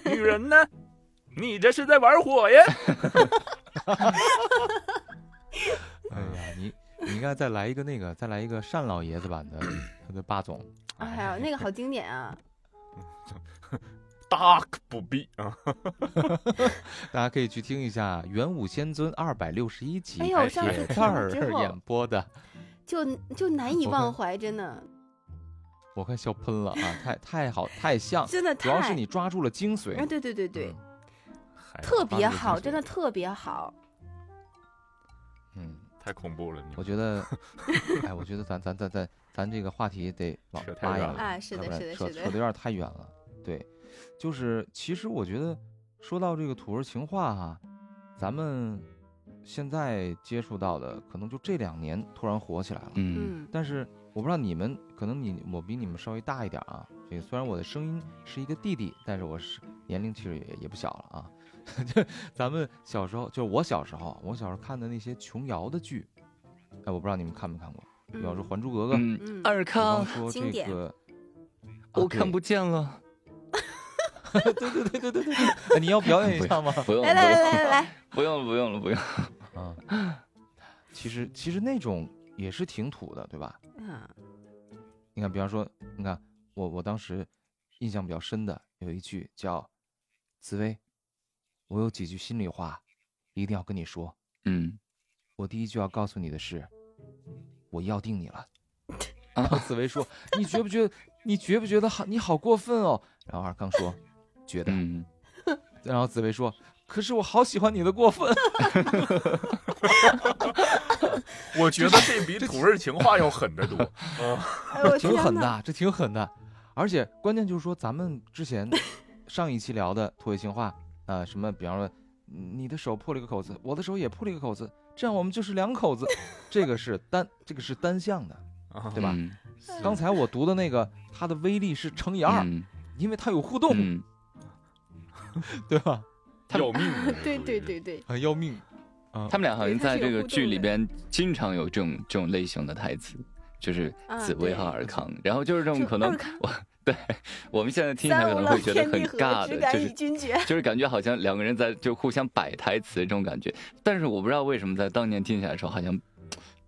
Speaker 2: 女人呢？你这是在玩火呀？
Speaker 1: 哎呀，你你应该再来一个那个，再来一个单老爷子版的他的霸总。
Speaker 4: 哎呀，那个好经典啊！
Speaker 2: 大可不必啊！
Speaker 1: 大家可以去听一下《元武仙尊》二百六十一集，
Speaker 4: 哎呦
Speaker 1: 铁
Speaker 4: 上次
Speaker 1: 蛋儿
Speaker 4: 听了之后
Speaker 1: 演播的，
Speaker 4: 就就难以
Speaker 1: 我
Speaker 4: 忘
Speaker 1: 看
Speaker 4: 怀，真的，
Speaker 1: 我快笑喷了啊！太太好，太像，
Speaker 4: 真的
Speaker 1: 主要是
Speaker 4: 太
Speaker 1: 你嗯抓住了精髓
Speaker 4: 啊，。对对对对，
Speaker 2: 嗨
Speaker 4: 特别
Speaker 1: 八字
Speaker 4: 好，
Speaker 1: 精
Speaker 4: 真的特别好。
Speaker 1: 嗯，
Speaker 2: 太恐怖了，你
Speaker 1: 我
Speaker 2: 们
Speaker 1: 觉得，哎，我觉得咱咱咱咱咱这个话题得往
Speaker 2: 扯太
Speaker 1: 拉
Speaker 2: 远
Speaker 1: 远
Speaker 2: 了
Speaker 1: 了，
Speaker 4: 哎是
Speaker 1: 要
Speaker 4: 的
Speaker 1: 不然
Speaker 4: 是的
Speaker 1: 扯
Speaker 4: 是
Speaker 1: 扯
Speaker 4: 的
Speaker 1: 的有点太远了。对，就是其实我觉得说到这个土味情话哈、咱们现在接触到的可能就这两年突然火起来了。
Speaker 3: 嗯
Speaker 4: 嗯
Speaker 1: 但是我不知道你们，可能你我比你们稍微大一点啊。这个虽然我的声音是一个弟弟，但是我是年龄其实也也不小了啊。 (laughs) 就咱们小时候，就是我小时候，我小时候看的那些琼瑶的剧，哎，我不知道你们看没看过。比方说《
Speaker 4: 嗯
Speaker 1: 还珠格格》，比
Speaker 3: 嗯，
Speaker 4: 嗯
Speaker 3: 尔
Speaker 1: 方
Speaker 3: 康，
Speaker 1: 说
Speaker 4: 经
Speaker 1: 这
Speaker 4: 典
Speaker 1: 个，啊
Speaker 3: 我看不，见了。
Speaker 1: 对对对对对 (laughs) 对对，哎你要表演一下吗？
Speaker 3: 不用，
Speaker 4: 来来来来
Speaker 3: (laughs)
Speaker 4: 来，
Speaker 3: 不用，不用了，不
Speaker 4: (laughs)
Speaker 3: 用了。
Speaker 1: 啊，其实其实那种也是挺土的，对吧？
Speaker 4: 嗯
Speaker 1: 你看，比方说，你看我我当时印象比较深的有一句叫“紫薇，我有几句心里话一定要跟你说。
Speaker 3: 嗯，
Speaker 1: 我第一句要告诉你的是，我要定你了。”
Speaker 3: 啊
Speaker 1: 然后紫薇说：“你觉不觉得？你觉不觉得好？你好过分哦！”然后二刚说：“觉得。
Speaker 3: 嗯，
Speaker 1: 然后紫薇说：“可是我好喜欢你的过分。
Speaker 2: 我觉得这比土味情话要狠得多。
Speaker 4: 哎， (laughs) 我
Speaker 1: 挺
Speaker 4: 天
Speaker 1: 狠
Speaker 4: 呐，
Speaker 1: 的，这挺狠的。而且关键就是说，咱们之
Speaker 4: (laughs)
Speaker 1: 前上一期聊的土味情话，呃，什么，比方说你的手破了一个口子，我的手也破了一个口子，这样我们就是两口
Speaker 4: (laughs)
Speaker 1: 子，这个是单，这个是单向的。
Speaker 2: 啊
Speaker 1: 对吧
Speaker 4: (laughs)
Speaker 3: 嗯？
Speaker 1: 刚才我读的那个，它的威力是乘以二、
Speaker 3: 嗯
Speaker 1: 因为它有互动，
Speaker 3: 嗯，
Speaker 1: 对吧？
Speaker 2: 要命啊！
Speaker 4: 对对
Speaker 2: 属于
Speaker 4: 对对，
Speaker 1: 很要命。
Speaker 3: 他们俩好像在这
Speaker 4: 对它是有
Speaker 3: 个
Speaker 4: 互动
Speaker 3: 剧里
Speaker 4: 的
Speaker 3: 边经常有这种这种类型的台词，就是
Speaker 4: 啊
Speaker 3: 紫薇和
Speaker 4: 对
Speaker 3: 尔康，然后就是这种
Speaker 4: 就
Speaker 3: 可能
Speaker 4: 尔康，
Speaker 3: 我对我们现在听起来
Speaker 4: 三
Speaker 3: 可
Speaker 4: 五
Speaker 3: 能
Speaker 4: 郎
Speaker 3: 会觉得
Speaker 4: 天
Speaker 3: 很
Speaker 4: 地合，
Speaker 3: 尬
Speaker 4: 只
Speaker 3: 的，
Speaker 4: 敢
Speaker 3: 就
Speaker 4: 与
Speaker 3: 是
Speaker 4: 君绝。
Speaker 3: 就是感觉好像两个人在就互相摆台词这种感觉，但是我不知道为什么在当年听起来的时候好像。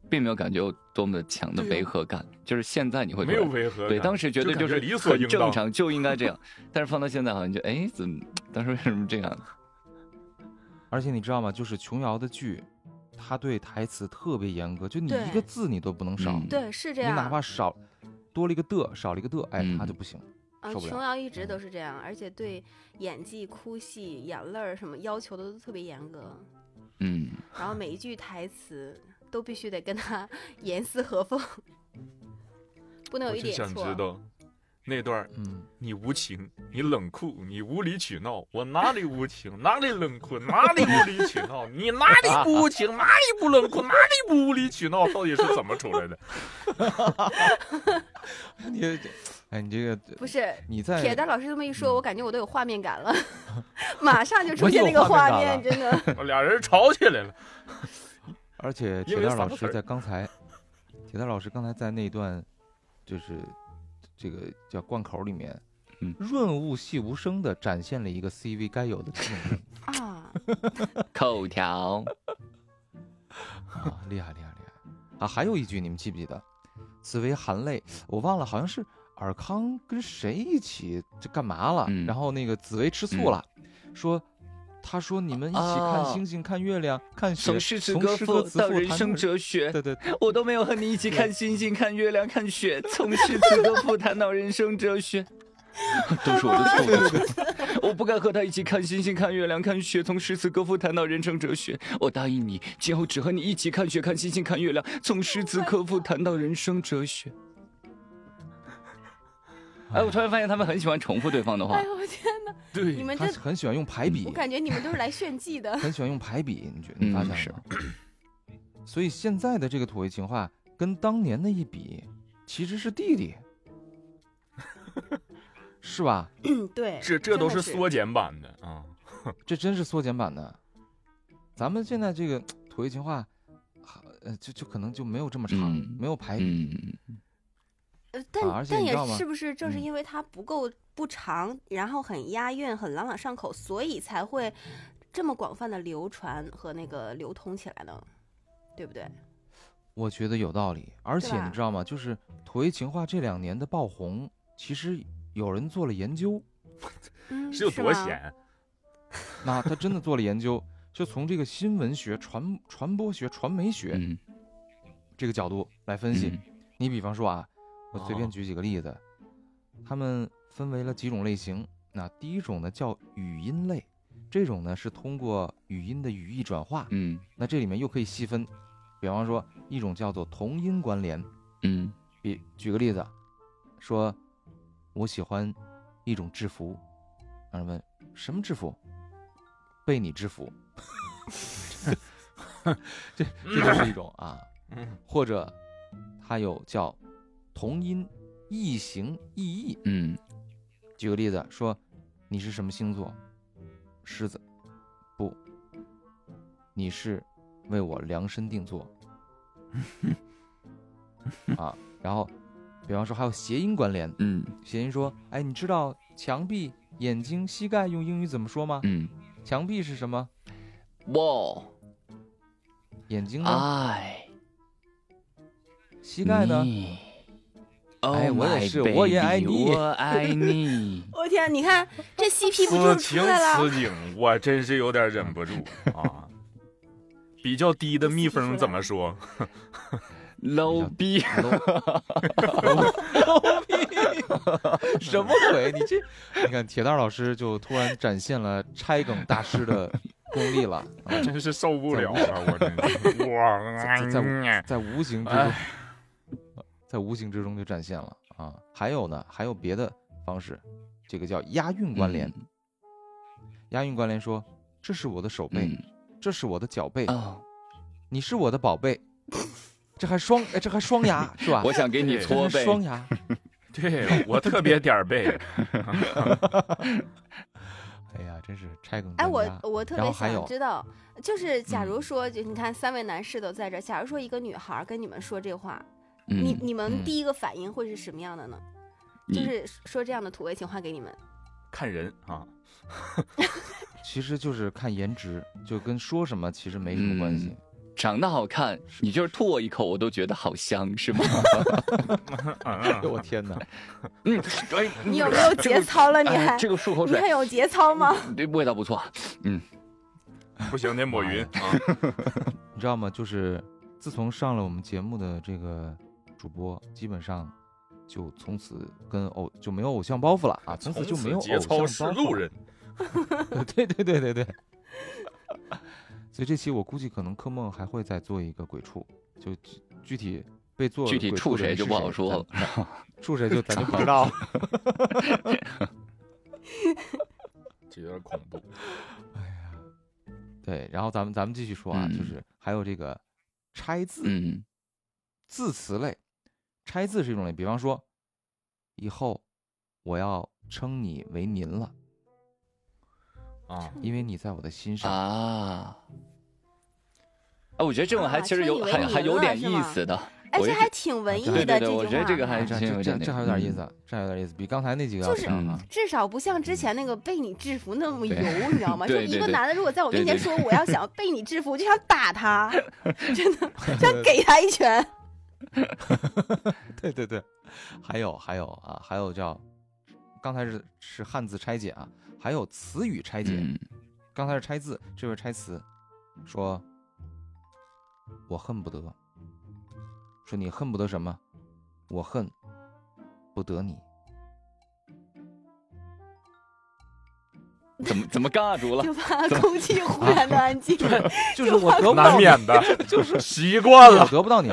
Speaker 3: 并没有感觉有多么强的
Speaker 4: 对
Speaker 3: 违和感，就是现在你会觉
Speaker 2: 没
Speaker 3: 得
Speaker 2: 有违和感。
Speaker 3: 对，当时觉得
Speaker 2: 就感
Speaker 3: 是
Speaker 2: 理所应
Speaker 3: 很正
Speaker 2: 当。
Speaker 3: 常，就应该这样。但是放到现在，好像就哎，怎么当时为什么这样？
Speaker 1: 而且你知道吗？就是琼瑶的剧，他对台词特别严格，就你一
Speaker 4: 对
Speaker 1: 个字你都不能少，
Speaker 3: 嗯
Speaker 4: 对，是这
Speaker 1: 你
Speaker 4: 样。
Speaker 1: 哪怕少多了一个的，少了一个的，哎，
Speaker 3: 嗯
Speaker 1: 他就不行。
Speaker 4: 啊，
Speaker 1: 受不了嗯
Speaker 4: 琼瑶一直都是这样，而且对演技、哭戏、眼泪儿什么要求都特别严格，
Speaker 3: 嗯，
Speaker 4: 然后每一句台词都必须得跟他 (laughs) 严丝合缝，
Speaker 1: 嗯
Speaker 4: 不能有
Speaker 2: 我
Speaker 4: 一
Speaker 2: 就
Speaker 4: 点
Speaker 2: 想知
Speaker 4: 错。啊
Speaker 2: 道那段儿
Speaker 1: 嗯。
Speaker 2: 你无情，你冷酷，你无理取闹。我哪里无情，哪里冷酷，哪里无理取闹？你哪里不无情，哪里不冷酷，哪里不无理取闹？到底是怎么出
Speaker 1: (laughs)
Speaker 2: 来的？
Speaker 1: 你这，哎，你这个，
Speaker 4: 不是
Speaker 1: 你在
Speaker 4: 铁蛋老师这么一说，我感觉我都有画面感
Speaker 1: (laughs)
Speaker 4: 了，马上就出
Speaker 1: 嗯我
Speaker 4: 现
Speaker 1: 有
Speaker 4: 那个
Speaker 1: 画
Speaker 4: 画
Speaker 1: 面
Speaker 4: 面，
Speaker 1: (laughs)
Speaker 4: 真的。
Speaker 2: 我俩人吵起来了。
Speaker 1: 而且
Speaker 2: 因
Speaker 1: 铁
Speaker 2: 为
Speaker 1: 蛋
Speaker 2: 三
Speaker 1: 老
Speaker 2: 个
Speaker 1: 师
Speaker 2: 词儿
Speaker 1: 在刚才，铁蛋老师刚才在那段，就是这个叫贯口里面，
Speaker 3: 嗯
Speaker 1: 润物细无声的展现了一个 CV 该有的这
Speaker 3: (laughs)
Speaker 1: 种
Speaker 4: 啊，
Speaker 3: 口条，
Speaker 1: 啊，厉害厉害厉害啊！还有一句你们记不记得？紫薇含泪，我忘了，好像是尔康跟谁一起这干嘛了？
Speaker 3: 嗯
Speaker 1: 然后那个紫薇吃醋了，说。他说：“你们一起看
Speaker 3: 啊
Speaker 1: 星星，看月亮，看雪，
Speaker 3: 从
Speaker 1: 从诗
Speaker 3: 诗词
Speaker 1: 词
Speaker 3: 歌赋
Speaker 1: 词
Speaker 3: 到
Speaker 1: 赋
Speaker 3: 人
Speaker 1: 谈
Speaker 3: 生
Speaker 1: 论
Speaker 3: 哲学，
Speaker 1: 对对对，
Speaker 3: 我都没有和你一起 (laughs) 看星星、看月亮、看雪，从诗词歌赋谈到人生哲学。 (laughs) 都是我的错，都是我的 (laughs) 错。我不该和他一起看星星、看月亮、看雪，从诗词歌赋谈到人生哲学。我答应你，今后只和你一起看雪、看星星、看月亮，从诗词歌赋谈到人生哲学。 (laughs) 哎，我突然发现他们很喜欢重复对方的话
Speaker 4: 哎。呦我天哪，你
Speaker 2: 对，
Speaker 4: 们
Speaker 1: 他
Speaker 4: 这嗯
Speaker 1: 是很喜欢用排比
Speaker 4: 我，感觉你们都是来炫技的。
Speaker 1: 很喜欢用排比，你觉得
Speaker 3: 嗯
Speaker 1: 你发现了
Speaker 3: 是
Speaker 1: 吗？ (clears throat) 所以现在的这个土味情话跟当年的一比，其实是弟弟， (laughs) 是吧？
Speaker 4: 嗯，对，
Speaker 2: 这这都
Speaker 4: 真的
Speaker 2: 是
Speaker 4: 是
Speaker 2: 缩减版的啊。
Speaker 1: 这真是缩减版的。咱们现在这个土味情话，啊呃，就就可能就没有这么长，
Speaker 3: 嗯
Speaker 1: 没有排比。
Speaker 3: 嗯，
Speaker 4: 呃，但
Speaker 1: 啊而且
Speaker 4: 但
Speaker 1: 你
Speaker 4: 也
Speaker 1: 知道吗
Speaker 4: 是不是正是
Speaker 1: 嗯
Speaker 4: 因为它不够不长，然后很押韵，很朗朗上口，所以才会这么广泛的流传和那个流通起来呢？对不对？
Speaker 1: 我觉得有道理。而且
Speaker 4: 对吧
Speaker 1: 你知道吗？就是土味情话这两年的爆红，其实有人做了研究，
Speaker 4: 嗯，
Speaker 2: 是有多
Speaker 4: 吗？
Speaker 2: 闲？
Speaker 1: (laughs) 那他真的做了研究，就从这个新闻学、传传播学、传媒学。
Speaker 3: 嗯，
Speaker 1: 这个角度来分
Speaker 3: 嗯
Speaker 1: 析。你比方说啊，我随便
Speaker 2: 哦
Speaker 1: 举几个例子，他们分为了几种类型。那第一种呢叫语音类，这种呢是通过语音的语义转化。
Speaker 3: 嗯
Speaker 1: 那这里面又可以细分，比方说一种叫做同音关联。
Speaker 3: 嗯
Speaker 1: 比举个例子，说我喜欢一种制服，让人问什么制服？被你制服， (laughs) 这这就是一种啊，
Speaker 2: 嗯
Speaker 1: 或者它有叫同音异形异义。
Speaker 3: 嗯
Speaker 1: 举个例子，说你是什么星座？狮子，不，你是为我量身定做啊。然后，比方说还有谐音关联，
Speaker 3: 嗯
Speaker 1: 谐音说，哎，你知道墙壁、眼睛、膝盖用英语怎么说吗？
Speaker 3: 嗯，
Speaker 1: 墙壁是什么？
Speaker 3: 哇，
Speaker 1: 眼睛呢？
Speaker 3: 哎，
Speaker 1: 膝盖呢？
Speaker 3: 你？Oh
Speaker 1: 哎我也
Speaker 3: my
Speaker 1: 是我也爱
Speaker 3: baby，
Speaker 1: 你
Speaker 3: 我爱
Speaker 1: (laughs)
Speaker 3: 你。
Speaker 4: 我天，你看 (laughs) 这 CP
Speaker 2: 此
Speaker 4: 不就出
Speaker 2: 情
Speaker 4: 来了？
Speaker 2: 此景，我真是有点忍不
Speaker 1: (laughs)
Speaker 2: 住啊。比较低的蜜蜂怎么
Speaker 1: (laughs)
Speaker 2: 说？
Speaker 3: low 逼，
Speaker 1: 什么鬼？你这，你看铁蛋儿老师就突然展现了拆梗大师的功力了，啊
Speaker 2: 真是受不了了，我真是
Speaker 1: 在在
Speaker 2: 哇！
Speaker 1: 在无形之中，在无形之中就展现了啊。还有呢，还有别的方式，这个叫押韵关联。押韵关联说：“这是我的手背，
Speaker 3: 嗯，
Speaker 1: 这是我的脚背，
Speaker 3: 哦，
Speaker 1: 你是我的宝贝。”这还双，哎，这还双牙是吧？
Speaker 3: 我想给你
Speaker 2: 对
Speaker 1: 这
Speaker 3: 搓
Speaker 1: 还
Speaker 3: 背，
Speaker 1: 双牙，
Speaker 2: 对我特别点儿背，
Speaker 1: 哎呀，真是拆梗
Speaker 4: 哎，
Speaker 1: 专
Speaker 4: 我
Speaker 1: 家。
Speaker 4: 我
Speaker 1: 嗯
Speaker 4: 特
Speaker 1: 然后
Speaker 4: 别
Speaker 1: 还有
Speaker 4: 想知道，就是假
Speaker 1: 嗯
Speaker 4: 如说，就你看三位男士都在这儿，假如说一个女孩儿跟你们说这话，你
Speaker 3: 嗯，
Speaker 4: 你们
Speaker 1: 嗯
Speaker 4: 第一个反应会是什么样的呢？就
Speaker 3: 你
Speaker 4: 是说这样的土味情话给
Speaker 1: (laughs)
Speaker 4: 你们，
Speaker 2: 看人啊，
Speaker 1: 其实就是看颜值，就跟说什么其实没什么关
Speaker 3: 嗯
Speaker 1: 系。
Speaker 3: 长得好看，你就是吐我一口，我都觉得好香，是吗？
Speaker 1: (laughs)
Speaker 2: 嗯
Speaker 1: 哎呦我天哪！
Speaker 3: 嗯，哎，
Speaker 4: 你有没有节操了？你
Speaker 3: 哎
Speaker 4: 还
Speaker 3: 这个漱口
Speaker 4: 你
Speaker 3: 水
Speaker 4: 还，有节操吗？
Speaker 3: 这味道不错。
Speaker 2: 不行得抹云啊。
Speaker 1: (laughs) 你知道吗？就是自从上了我们节目的这个主播，基本上就从此跟偶就没有偶像包袱了啊，从
Speaker 2: 从
Speaker 1: 此就没有偶
Speaker 2: 节
Speaker 1: 像
Speaker 2: 操
Speaker 1: 包
Speaker 2: 是
Speaker 1: 袱。
Speaker 2: 路人，
Speaker 1: (laughs) 对对对对对。所以这期我估计可能柯梦还会再做一个鬼畜，就具具体被做
Speaker 3: 具体
Speaker 1: 鬼
Speaker 3: 处
Speaker 1: 的人
Speaker 3: 谁就是不好说了，
Speaker 1: 咱处 (laughs) 谁就咱就不知道了。
Speaker 2: 这有点恐怖。
Speaker 1: 对，然后咱们咱们继续说啊，
Speaker 3: 嗯
Speaker 1: 就是还有这个拆字，
Speaker 3: 嗯，
Speaker 1: 字词类，拆字是一种类，比方说，以后我要称你为您了，
Speaker 2: 啊，
Speaker 1: 因为你在我的心上。
Speaker 3: 啊。啊，我觉得这种还
Speaker 4: 啊
Speaker 3: 其实
Speaker 4: 这
Speaker 3: 有
Speaker 4: 以为
Speaker 3: 还
Speaker 4: 你
Speaker 3: 还有
Speaker 4: 赢了
Speaker 3: 点
Speaker 4: 是
Speaker 3: 意
Speaker 4: 吗
Speaker 3: 思的，
Speaker 4: 哎，
Speaker 3: 我也
Speaker 4: 这
Speaker 3: 啊
Speaker 4: 还挺文艺
Speaker 1: 对
Speaker 3: 对
Speaker 4: 的这
Speaker 3: 对
Speaker 4: 句话，啊
Speaker 3: 我觉得这个还
Speaker 1: 哎这
Speaker 3: 真
Speaker 1: 这
Speaker 3: 有
Speaker 1: 这
Speaker 3: 点那
Speaker 1: 这还有
Speaker 3: 个
Speaker 1: 点意
Speaker 3: 嗯
Speaker 1: 思，啊这还有点意思，比刚才那几个要
Speaker 4: 就是
Speaker 1: 强啊。
Speaker 4: 至少不像之前那个被你制服那么油，你知
Speaker 3: (laughs)
Speaker 4: 道吗？就
Speaker 3: 对
Speaker 4: 一
Speaker 3: 对
Speaker 4: 个
Speaker 3: 对
Speaker 4: 男的如果在我面前
Speaker 3: 对对
Speaker 4: 说我要想被你制服，我就想打他，真
Speaker 3: (laughs)
Speaker 4: 的
Speaker 3: 嗯
Speaker 4: 想给他一拳。
Speaker 1: (laughs) 对对对，还有还有啊，还有叫，刚才是是汉字拆解啊，还有词语拆解。
Speaker 3: 嗯，
Speaker 1: 刚才是拆字，这位拆词，说，我恨不得，说你恨不得什么？我恨不得你。嗯
Speaker 3: 怎么怎么尬住了？
Speaker 4: 就
Speaker 3: (laughs)
Speaker 4: 怕空气忽然的安静。
Speaker 1: 就是我得不
Speaker 2: 难
Speaker 1: 到你，
Speaker 2: 免的，
Speaker 1: (laughs) 就是
Speaker 2: 习惯
Speaker 1: 我
Speaker 2: 了。
Speaker 1: 得不到你，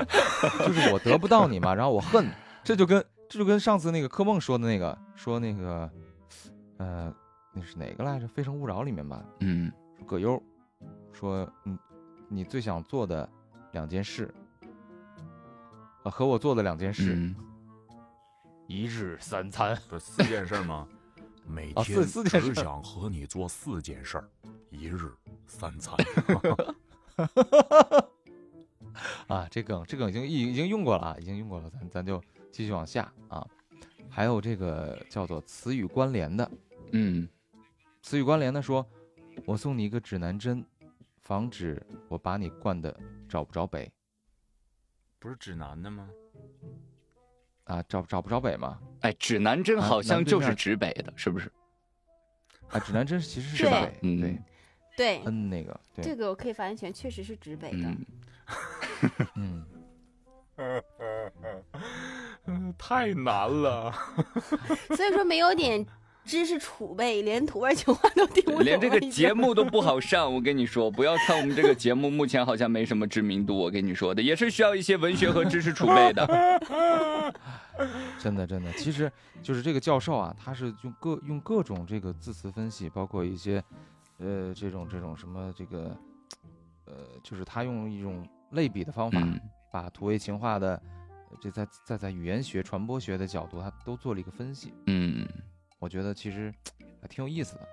Speaker 1: 就是我得不到你嘛，然后我恨，这就跟这就跟上次那个柯梦说的那个说那个，呃，那是哪个来着？《非诚勿扰》里面吧，
Speaker 3: 嗯，
Speaker 1: 说葛优说，嗯，你最想做的两件事，啊，和我做的两件事，
Speaker 3: 嗯
Speaker 1: 一日三餐，
Speaker 2: 不是四件事儿吗？每
Speaker 1: 啊
Speaker 2: 天
Speaker 1: 四四件事
Speaker 2: 只想和你做四件事儿，一日三餐。
Speaker 1: 啊，这梗这梗已经已已经用过了啊，已经用过了，咱咱就继续往下啊。还有这个叫做词语关联的，
Speaker 3: 嗯，
Speaker 1: 词语关联的说：“我送你一个指南针，防止我把你灌的找不着北
Speaker 2: (laughs) 不是指南的吗？
Speaker 1: 啊，找找不着北嘛
Speaker 3: 哎，指南针
Speaker 1: 啊
Speaker 3: 好像
Speaker 1: 南对
Speaker 3: 就
Speaker 1: 面
Speaker 3: 是指北的，是不是？
Speaker 1: 啊，指南针其实是
Speaker 4: 是吧
Speaker 1: 北，
Speaker 3: 嗯
Speaker 1: 对，
Speaker 4: 对，
Speaker 1: 嗯那个
Speaker 4: 这
Speaker 1: 对，
Speaker 4: 个我可以发言权，确实是指北的。
Speaker 3: 嗯，
Speaker 1: 嗯，
Speaker 2: 嗯， (laughs) 太难了。
Speaker 4: 所以说没有点知识储备，连土味情话都听不懂。
Speaker 3: (laughs) 连这个
Speaker 4: (laughs)
Speaker 3: 节，目都不好上，我跟你说，不要看我们这个节目目前好像没什么知名度，我跟你说的，也是需要一些文学和知识储备的。
Speaker 1: 真的真的，其实就是这个教授啊，他是用各用各种这个字词分析，包括一些呃这种这种什么这个呃，就是他用一种类比的方法，
Speaker 3: 嗯
Speaker 1: 把土味情话的呃这在在在语言学、传播学的角度，他都做了一个分析。
Speaker 3: 嗯
Speaker 1: 我觉得其实还挺有意思的，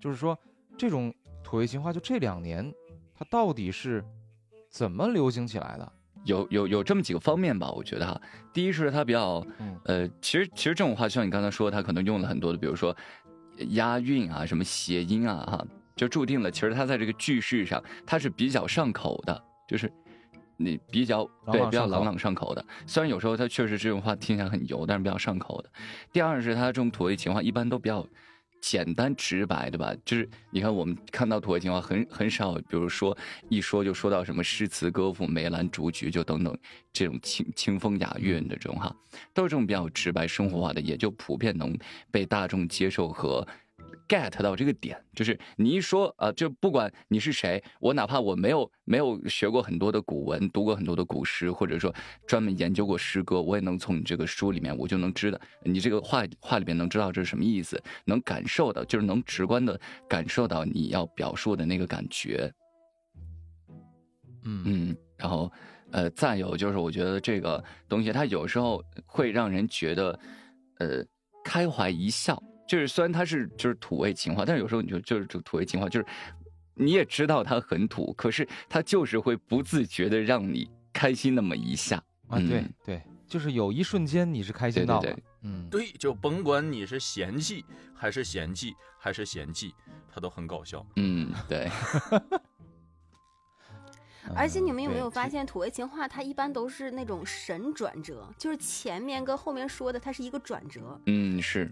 Speaker 1: 就是说这种土味情话，就这两年它到底是怎么流行起来的？
Speaker 3: 有有有这么几个方面吧，我觉得哈，第一是它比较，
Speaker 1: 嗯
Speaker 3: 呃，其实其实这种话，就像你刚才说，它可能用了很多的，比如说押韵啊，什么谐音啊，哈，就注定了，其实它在这个句式上，它是比较上口的，就是你比较
Speaker 1: 朗
Speaker 3: 对
Speaker 1: 朗
Speaker 3: 比较
Speaker 1: 上口
Speaker 3: 朗朗上口的。虽然有时候它确实这种话听起来很油，但是比较上口的。第二是它这种土味情话一般都比较简单直白，对吧？就是你看我们看到土味情话很很少，比如说一说就说到什么诗词歌赋、梅兰竹菊就等等这种清清风雅韵的这种哈，都是这种比较直白生活化的，也就普遍能被大众接受和 get 到这个点。就是你一说啊、就不管你是谁，我哪怕我没有没有学过很多的古文，读过很多的古诗，或者说专门研究过诗歌，我也能从你这个书里面，我就能知道你这个话话里面能知道这是什么意思，能感受到，就是能直观的感受到你要表述的那个感觉。
Speaker 1: 嗯
Speaker 3: 嗯，然后呃，再有就是我觉得这个东西它有时候会让人觉得呃开怀一笑，就是虽然它是就是土味情话，但是有时候你就就是这个土味情话，就是你也知道它很土，可是它就是会不自觉的让你开心那么一下。
Speaker 1: 啊，对
Speaker 3: 嗯
Speaker 1: 对，就是有一瞬间你是开心
Speaker 3: 对对
Speaker 1: 到
Speaker 3: 对
Speaker 1: 了，嗯，
Speaker 2: 对，就甭管你是嫌弃还是嫌弃还是嫌弃，它都很搞笑。
Speaker 3: 嗯，对，
Speaker 4: 而且你们有
Speaker 1: 嗯
Speaker 4: 没
Speaker 1: 对
Speaker 3: 嗯
Speaker 4: 有发现，土味情话它一般都是那种神转折，就是前面跟后面说的它是一个转折，
Speaker 3: 嗯是，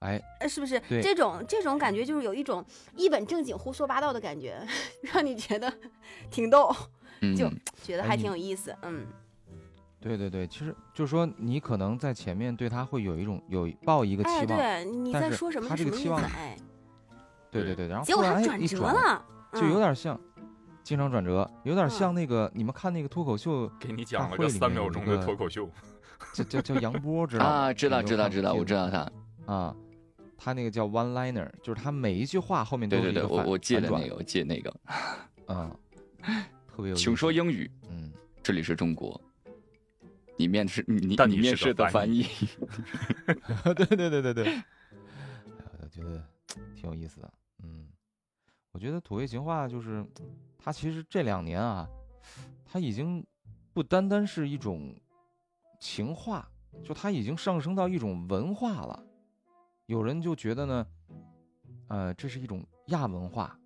Speaker 1: 哎，
Speaker 4: 呃，是不是？
Speaker 1: 对
Speaker 4: 这种这种感觉就是有一种一本正经胡说八道的感觉， (laughs) 让你觉得挺逗，
Speaker 3: 嗯
Speaker 4: 就觉得
Speaker 1: 哎
Speaker 4: 还
Speaker 1: 你
Speaker 4: 挺有意思。嗯，
Speaker 1: 对对对，其实就是说你可能在前面对他会有一种有抱一个
Speaker 4: 哎，
Speaker 1: 期望，
Speaker 4: 对，你
Speaker 1: 但
Speaker 4: 在
Speaker 1: 是
Speaker 4: 说什么
Speaker 1: 他
Speaker 4: 是
Speaker 1: 这个
Speaker 4: 什么意
Speaker 1: 期
Speaker 4: 思？
Speaker 1: 望
Speaker 4: 哎，
Speaker 1: 对对对，然后
Speaker 4: 结果
Speaker 1: 突然
Speaker 4: 还
Speaker 1: 哎
Speaker 4: 转
Speaker 1: 一
Speaker 4: 折
Speaker 1: 转，
Speaker 4: 了，
Speaker 1: 就有
Speaker 4: 嗯
Speaker 1: 点像经常转折，有点
Speaker 4: 嗯
Speaker 1: 像那个你们看那个脱口秀，
Speaker 2: 给你讲
Speaker 1: 大
Speaker 2: 了
Speaker 1: 会
Speaker 2: 个
Speaker 1: 里面
Speaker 2: 三秒钟
Speaker 1: 有一
Speaker 2: 的
Speaker 1: 个
Speaker 2: 脱口秀，
Speaker 1: 嗯叫叫叫杨波，知道吗？
Speaker 3: 啊，知道知道知道，我知
Speaker 1: 道
Speaker 3: 道他，
Speaker 1: 啊，他那个叫 one liner，就是他每一句话后面都
Speaker 3: 对
Speaker 1: 是
Speaker 3: 对
Speaker 1: 一个
Speaker 3: 对，我
Speaker 1: 反
Speaker 3: 我记得，
Speaker 1: 反
Speaker 3: 那个，我记得那个，
Speaker 1: 转嗯，特别有意思，
Speaker 3: (laughs) 请说英语，
Speaker 1: 嗯， (laughs)
Speaker 3: 这里是中国。你面试你
Speaker 2: 但
Speaker 3: 你
Speaker 2: 你
Speaker 3: 面
Speaker 2: 是个
Speaker 3: 试的
Speaker 2: 翻
Speaker 3: 翻译，
Speaker 1: 对对对
Speaker 3: (laughs)
Speaker 1: 对对，哎呀我觉得挺有意思的，嗯，我觉得土味情话就是，它其实这两年啊，它已经不单单是一种情话，就它已经上升到一种文化了。有人就觉得呢，呃，这是一种亚文化。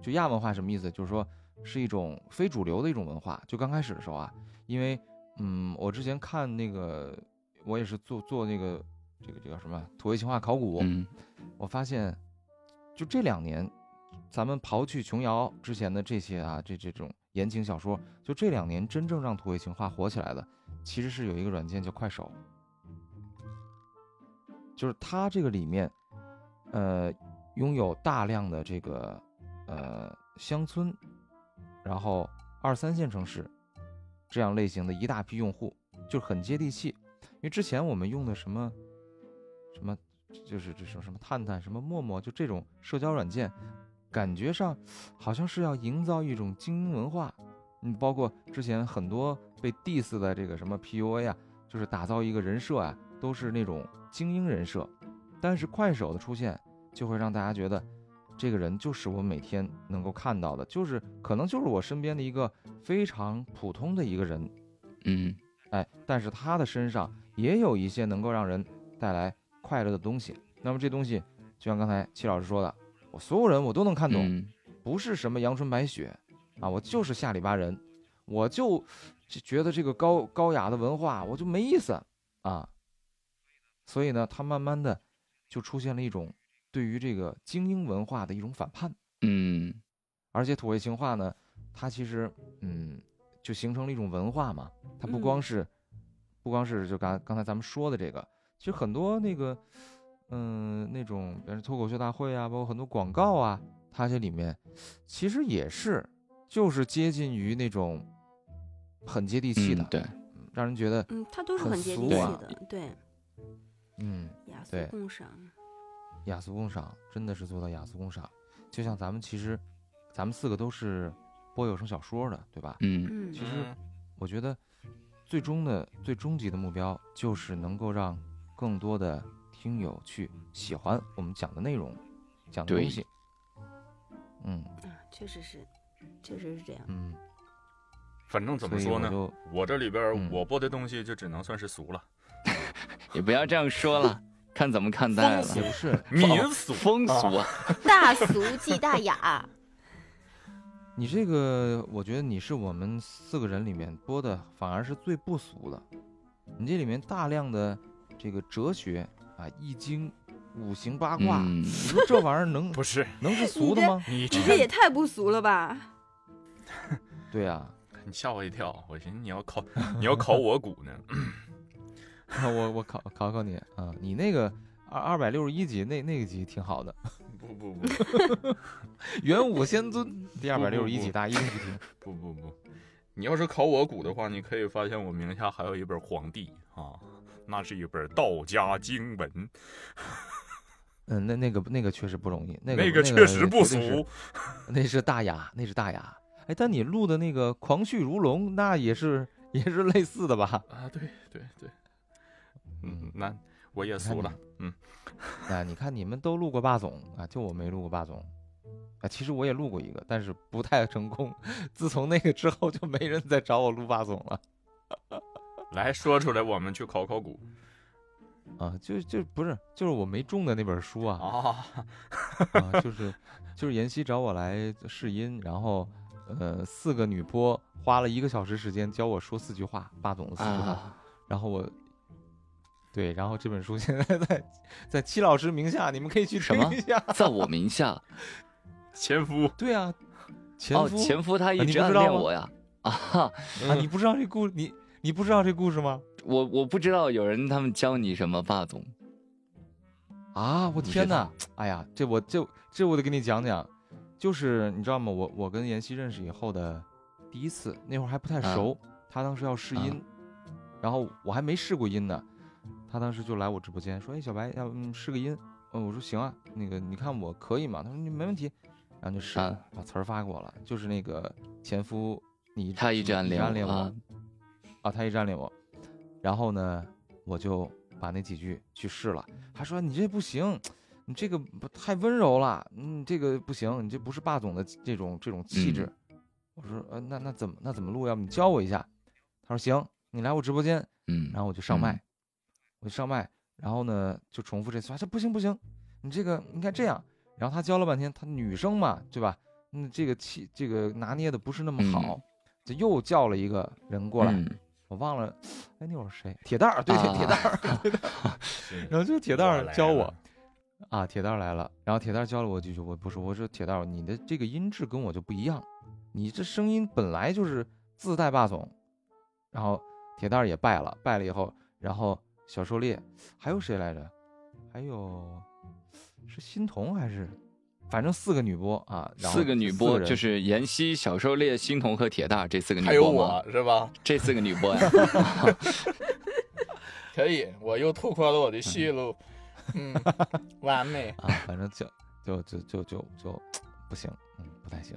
Speaker 1: 就亚文化什么意思？就是说是一种非主流的一种文化。就刚开始的时候啊，因为嗯，我之前看那个，我也是做做那个这个这个叫什么土味情话考古，
Speaker 3: 嗯
Speaker 1: 我发现，就这两年，咱们刨去琼瑶之前的这些啊，这这种言情小说，就这两年真正让土味情话火起来的，其实是有一个软件叫快手，就是它这个里面，呃，拥有大量的这个呃乡村，然后二三线城市这样类型的一大批用户，就是很接地气。因为之前我们用的什么什么就是这种什么探探、什么陌陌，就这种社交软件，感觉上好像是要营造一种精英文化。嗯，包括之前很多被 diss 的这个什么 PUA 啊，就是打造一个人设啊，都是那种精英人设。但是快手的出现，就会让大家觉得，这个人就是我每天能够看到的，就是可能就是我身边的一个非常普通的一个人，
Speaker 3: 嗯
Speaker 1: 哎，但是他的身上也有一些能够让人带来快乐的东西。那么这东西，就像刚才戚老师说的，我所有人我都能看懂，
Speaker 3: 嗯
Speaker 1: 不是什么阳春白雪啊，我就是下里巴人，我就就觉得这个高高雅的文化我就没意思啊。所以呢，他慢慢的就出现了一种对于这个精英文化的一种反叛。
Speaker 3: 嗯
Speaker 1: 而且土味情话呢，它其实嗯，就形成了一种文化嘛。它不光
Speaker 4: 嗯
Speaker 1: 是，不光是就刚刚才咱们说的这个，其实很多那个，嗯、那种比方说脱口秀大会啊，包括很多广告啊，它这里面其实也是，就是接近于那种很接地气的，
Speaker 3: 嗯对，
Speaker 1: 嗯让人觉得
Speaker 4: 嗯，它都是
Speaker 1: 很
Speaker 4: 很接地
Speaker 1: 俗
Speaker 4: 气
Speaker 1: 啊
Speaker 4: 的，对，
Speaker 1: 嗯
Speaker 4: 雅俗
Speaker 1: 对
Speaker 4: 共赏，
Speaker 1: 雅俗共赏，真的是做到雅俗共赏。就像咱们其实，咱们四个都是播有声小说的，对吧？
Speaker 3: 嗯
Speaker 4: 嗯
Speaker 1: 其实我觉得最终的最终极的目标就是能够让更多的听友去喜欢我们讲的内容，讲的
Speaker 3: 对
Speaker 1: 东西。嗯
Speaker 4: 啊，确实是，确实是这样，
Speaker 1: 嗯，
Speaker 2: 反正怎么
Speaker 1: 所以
Speaker 2: 说
Speaker 1: 我
Speaker 2: 呢，
Speaker 1: 就
Speaker 2: 我这里边儿
Speaker 1: 嗯
Speaker 2: 我播的东西就只能算是俗了，
Speaker 3: 也不要这样
Speaker 1: (laughs)
Speaker 3: 说了，看怎么看待
Speaker 2: 风
Speaker 1: 也。
Speaker 3: 了
Speaker 1: 不是，
Speaker 2: 民俗
Speaker 3: (laughs) 风俗啊，
Speaker 4: 大俗即大
Speaker 1: (laughs)
Speaker 4: 雅，
Speaker 1: 你这个，我觉得你是我们四个人里面播的，反而是最不俗的。你这里面大量的这个哲学啊，《易经》、五行八卦，
Speaker 3: 嗯
Speaker 1: 你说这玩意儿能 (laughs)
Speaker 2: 不是
Speaker 1: 能是俗的吗？
Speaker 2: 你
Speaker 4: 你这也太不俗了吧？
Speaker 1: 对啊呀、
Speaker 2: 你吓我一跳，我寻思你要考 (laughs) 你要考我股呢， (laughs)
Speaker 1: (laughs) 我我考考考你啊，你那个二二百六十一集那那个集挺好的，
Speaker 2: 不不不
Speaker 1: 元武仙尊第二
Speaker 2: 不
Speaker 1: 百六
Speaker 2: 不
Speaker 1: 十一集
Speaker 2: 不
Speaker 1: 大家一定去听。
Speaker 2: 不不不， (laughs) 你要是考我股的话，你可以发现我名下还有一本《黄帝》啊，那是一本道家经文，
Speaker 1: 嗯，那那个那个确实不容易，那个
Speaker 2: 那
Speaker 1: 那
Speaker 2: 个确实
Speaker 1: 绝
Speaker 2: 不
Speaker 1: 对是
Speaker 2: 俗，
Speaker 1: 那是大雅，那是大雅。哎，但你录的那个《狂絮如龙》，那也是也是类似的吧？ (laughs)
Speaker 2: 啊，对对对，嗯
Speaker 1: 嗯，
Speaker 2: 那我也
Speaker 1: 你看
Speaker 2: 俗
Speaker 1: 你
Speaker 2: 了，嗯，
Speaker 1: 啊，你看你们都录过霸总啊，就我没录过霸总。啊，其实我也录过一个，但是不太成功。 (laughs) 自从那个之后，就没人再找我录霸总了
Speaker 2: 来说出来，我们去考考古
Speaker 1: 啊！就就不是，就是我没中的那本书啊
Speaker 2: 啊，
Speaker 1: 啊，就是就是妍希找我来试音，然后呃四个女播花了一个小时时间教我说四句话，霸总的四句话，
Speaker 3: 啊，
Speaker 1: 然后我对，然后这本书现在在在戚老师名下，你们可以去
Speaker 3: 什
Speaker 1: 听
Speaker 3: 么
Speaker 1: 一下。
Speaker 3: 在我名下
Speaker 2: 前夫，
Speaker 1: 对啊，前
Speaker 3: 哦，
Speaker 1: 夫、
Speaker 3: 前夫他一
Speaker 1: 你
Speaker 3: 直
Speaker 1: 不
Speaker 3: 暗
Speaker 1: 知道
Speaker 3: 恋
Speaker 1: 吗
Speaker 3: 我呀啊哈，
Speaker 1: 啊，你不知道这故你你不知道这故事吗？
Speaker 3: 我我不知道有人他们教你什么霸总，
Speaker 1: 啊，我
Speaker 3: 你
Speaker 1: 天
Speaker 3: 知道
Speaker 1: 哪！哎呀，这我这这我得给你讲讲，就是你知道吗？我我跟妍希认识以后的第一次，那会儿还不太
Speaker 3: 啊
Speaker 1: 熟，她当时要试音，然后我还没试过音呢，她当时就来我直播间说：“哎，小白，要不嗯试个音？”嗯，我说行啊，那个你看我可以吗？她说你没问题，然后就试了，
Speaker 3: 啊
Speaker 1: 把词儿发给我了，就是那个前夫，你
Speaker 3: 他一直暗
Speaker 1: 你
Speaker 3: 恋
Speaker 1: 暗恋
Speaker 3: 啊
Speaker 1: 我，啊，他一直暗恋我，然后呢，我就把那几句去试了。他说你这不行，你这个不太温柔了，嗯，这个不行，你这不是霸总的这种这种气质。
Speaker 3: 嗯
Speaker 1: 我说呃，那那怎么那怎么录？要不你教我一下？他说行，你来我直播间，
Speaker 3: 嗯，
Speaker 1: 然后我就上麦，
Speaker 3: 嗯
Speaker 1: 我就上麦，然后呢就重复这次，啊这不行不行，你这个应该这样。然后他教了半天，他女生嘛，对吧？嗯，这个气这个拿捏的不是那么
Speaker 3: 嗯
Speaker 1: 好，就又叫了一个人过来，
Speaker 3: 嗯
Speaker 1: 我忘了，哎，那会儿谁？铁蛋儿，对
Speaker 3: 啊
Speaker 1: 对，铁蛋儿，然后就铁
Speaker 2: 铁
Speaker 1: 蛋儿教我啊，铁蛋儿来了，然后铁蛋儿教了我几句，我不说，我说铁蛋儿，你的这个音质跟我就不一样，你这声音本来就是自带霸总，然后铁蛋儿也败了，败了以后，然后小狩猎还有谁来着？还有是欣桐还是？反正四个女播啊，然后
Speaker 3: 四个女
Speaker 1: 四
Speaker 3: 播
Speaker 1: 人
Speaker 3: 就是妍希、小狩猎、欣桐和铁蛋儿这四
Speaker 2: (laughs)
Speaker 3: 个
Speaker 2: 还
Speaker 3: 女
Speaker 2: 有
Speaker 3: 播吗？
Speaker 2: 我是吧？
Speaker 3: 这四个女播呀，
Speaker 1: (laughs)
Speaker 2: 可以，我又拓宽了我的戏路，嗯， (laughs) 完美。
Speaker 1: 啊，反正就就就就就就不行，嗯，不太行。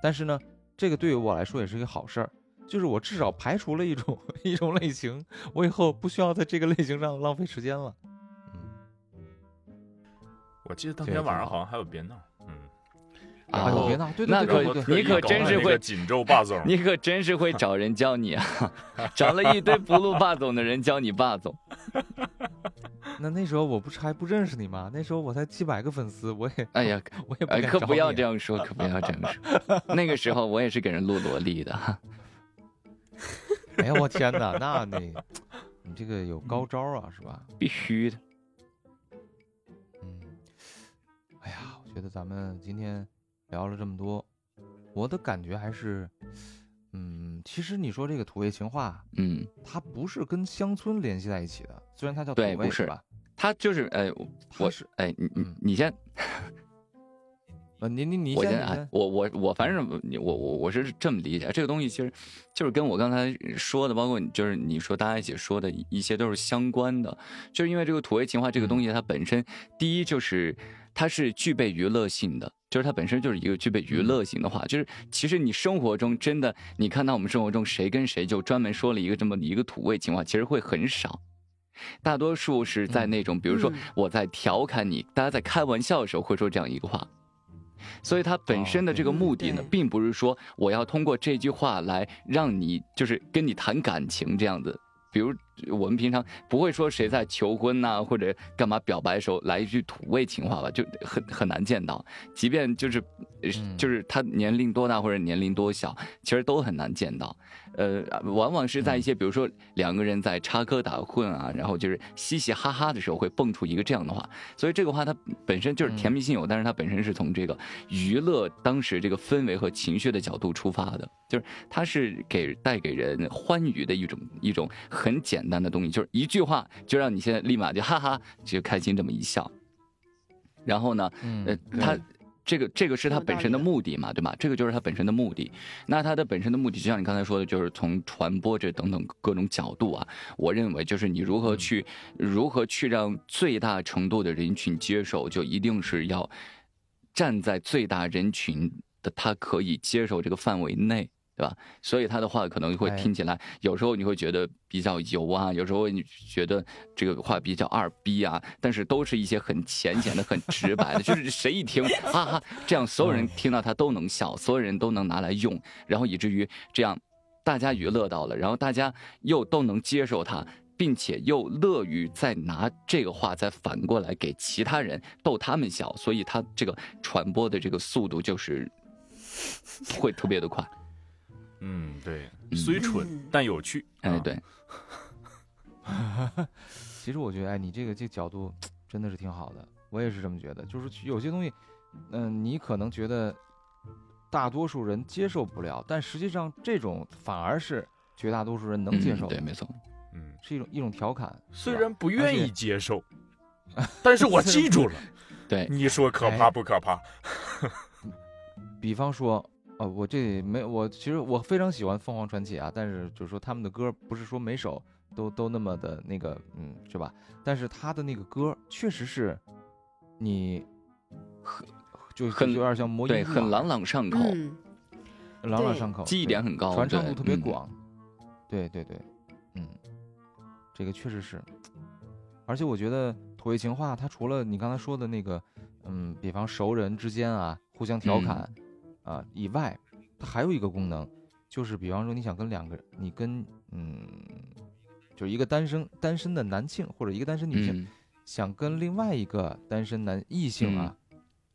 Speaker 1: 但是呢，这个对于我来说也是一个好事儿，就是我至少排除了一种 (laughs) 一种类型，我以后不需要在这个类型上浪费时间了。嗯，
Speaker 2: 我记得当天晚上好像还有别闹，嗯，
Speaker 3: 啊
Speaker 1: 啊，
Speaker 2: 然
Speaker 1: 有
Speaker 2: 后
Speaker 1: 别闹，对
Speaker 3: 那
Speaker 1: 对
Speaker 2: 然后
Speaker 1: 对对
Speaker 2: 特
Speaker 1: 对，
Speaker 2: 意
Speaker 3: 你可
Speaker 2: 搞
Speaker 3: 真
Speaker 2: 了
Speaker 3: 是
Speaker 2: 那个
Speaker 3: 会
Speaker 2: 锦州霸总，
Speaker 3: 你可真是会找人教
Speaker 1: (laughs)
Speaker 3: 你啊，找了一堆不录霸总的人教你霸总，
Speaker 1: 那那时候我不是还不认识你吗？那时候我才几百个粉丝，我也
Speaker 3: 哎呀，
Speaker 1: 我 (laughs) 也不
Speaker 3: 哎，
Speaker 1: 敢啊
Speaker 3: 可
Speaker 1: 找
Speaker 3: 不要
Speaker 1: 你
Speaker 3: 这样
Speaker 1: (laughs)
Speaker 3: 说，可不要这样说。 (laughs) 那个时候我也是给人录萝莉的， (laughs)
Speaker 1: 哎呀，我天哪，那你你这个有高招啊，是吧？
Speaker 3: 必须的。
Speaker 1: 嗯，哎呀，我觉得咱们今天聊了这么多，我的感觉还是，嗯，其实你说这个土味情话，
Speaker 3: 嗯，
Speaker 1: 它不是跟乡村联系在一起的，虽然它叫土
Speaker 3: 对
Speaker 1: 味
Speaker 3: 不是
Speaker 1: 吧？
Speaker 3: 他就是哎，
Speaker 1: 它
Speaker 3: 我
Speaker 1: 是
Speaker 3: 哎，你你
Speaker 1: 嗯
Speaker 3: 你先，
Speaker 1: 呃，您您您
Speaker 3: 我
Speaker 1: 先，
Speaker 3: 先
Speaker 1: 你
Speaker 3: 啊
Speaker 1: 先，
Speaker 3: 我我我反正你我我我是这么理解，这个东西其实就是跟我刚才说的，包括你就是你说大家一起说的一些都是相关的，就是因为这个土味情话这
Speaker 1: 嗯
Speaker 3: 个东西它本身，第一就是它是具备娱乐性的。就是它本身就是一个具备
Speaker 1: 嗯
Speaker 3: 娱乐性的话，就是其实你生活中真的，你看到我们生活中谁跟谁就专门说了一个这么一个土味情话，其实会很少，大多数是在那种，比如说
Speaker 4: 嗯
Speaker 3: 我在调侃你，大家在开玩笑的时候会说这样一个话，所以它本身的这个目的呢，
Speaker 4: 嗯对
Speaker 3: 并不是说我要通过这句话来让你就是跟你谈感情这样子。比如我们平常不会说谁在求婚呐、或者干嘛表白的时候来一句土味情话吧，就很很难见到。即便就是呃
Speaker 1: 嗯
Speaker 3: 就是他年龄多大或者年龄多小，其实都很难见到。呃，往往是在一些比如说两个人在插科打诨啊，然后就是嘻嘻哈哈的时候会蹦出一个这样的话，所以这个话它本身就是甜蜜性有，但是它本身是从这个娱乐当时这个氛围和情绪的角度出发的，就是它是给带给人欢愉的一种一种很简单的东西，就是一句话就让你现在立马就哈哈就开心这么一笑，然后呢，呃
Speaker 1: 嗯，，
Speaker 3: 它
Speaker 1: 对
Speaker 3: 这个这个是它
Speaker 4: 有道
Speaker 3: 本身
Speaker 4: 理
Speaker 3: 的
Speaker 4: 的
Speaker 3: 目的嘛，对吧？这个就是它本身的目的。那它的本身的目的，就像你刚才说的，就是从传播这等等各种角度啊，我认为就是你如
Speaker 1: 嗯
Speaker 3: 何去、如何去让最大程度的人群接受，就一定是要站在最大人群的他可以接受这个范围内。对吧？所以他的话可能会
Speaker 1: 哎
Speaker 3: 听起来，有时候你会觉得比较油啊，有时候你觉得这个话比较二逼啊，但是都是一些很浅显的、很直白
Speaker 1: (laughs)
Speaker 3: 的，就是谁一听哈哈，这样所有人听到他都能笑，所有人都能拿来用，然后以至于这样大家娱乐到了，然后大家又都能接受他。并且又乐于再拿这个话再反过来给其他人逗他们笑，所以他这个传播的这个速度就是会特别的快。
Speaker 2: 嗯，对，
Speaker 3: 嗯
Speaker 2: 虽蠢
Speaker 4: 嗯
Speaker 2: 但有趣。
Speaker 3: 哎，
Speaker 2: 啊，
Speaker 3: 对，
Speaker 1: 其实我觉得，哎，你这个这角度真的是挺好的，我也是这么觉得。就是有些东西，嗯、你可能觉得大多数人接受不了，但实际上这种反而是绝大多数人能接
Speaker 3: 嗯
Speaker 1: 受的，
Speaker 3: 对，没错，
Speaker 2: 嗯，
Speaker 1: 是一种一种调侃。
Speaker 2: 虽
Speaker 1: 吧
Speaker 2: 然不愿
Speaker 1: 而
Speaker 2: 意
Speaker 1: 且
Speaker 2: 接 (laughs) 受，但是我记住了。哎
Speaker 3: 对，
Speaker 2: (laughs) 你说可怕不可怕？
Speaker 1: 比方说，呃，我这没我其实我非常喜欢凤凰传奇啊，但是就是说他们的歌不是说每首都都那么的那个，嗯，是吧？但是他的那个歌确实是你很就就
Speaker 3: 很
Speaker 1: 有点像魔音
Speaker 3: 对，
Speaker 1: 木
Speaker 3: 很
Speaker 1: 马
Speaker 3: 朗朗上口，
Speaker 4: 嗯，
Speaker 1: 朗朗
Speaker 4: 对
Speaker 1: 上口，
Speaker 3: 记忆
Speaker 1: 对
Speaker 3: 点很高，
Speaker 1: 传唱
Speaker 3: 对
Speaker 1: 度特别
Speaker 3: 嗯
Speaker 1: 广。对对对，嗯，这个确实是。而且我觉得土味情话，它除了你刚才说的那个，嗯，比方熟人之间啊互相
Speaker 3: 嗯
Speaker 1: 调侃啊、以外，它还有一个功能，就是比方说你想跟两个，你跟嗯，就是一个单身单身的男性或者一个单身女性，
Speaker 3: 嗯
Speaker 1: 想跟另外一个单身男异性啊，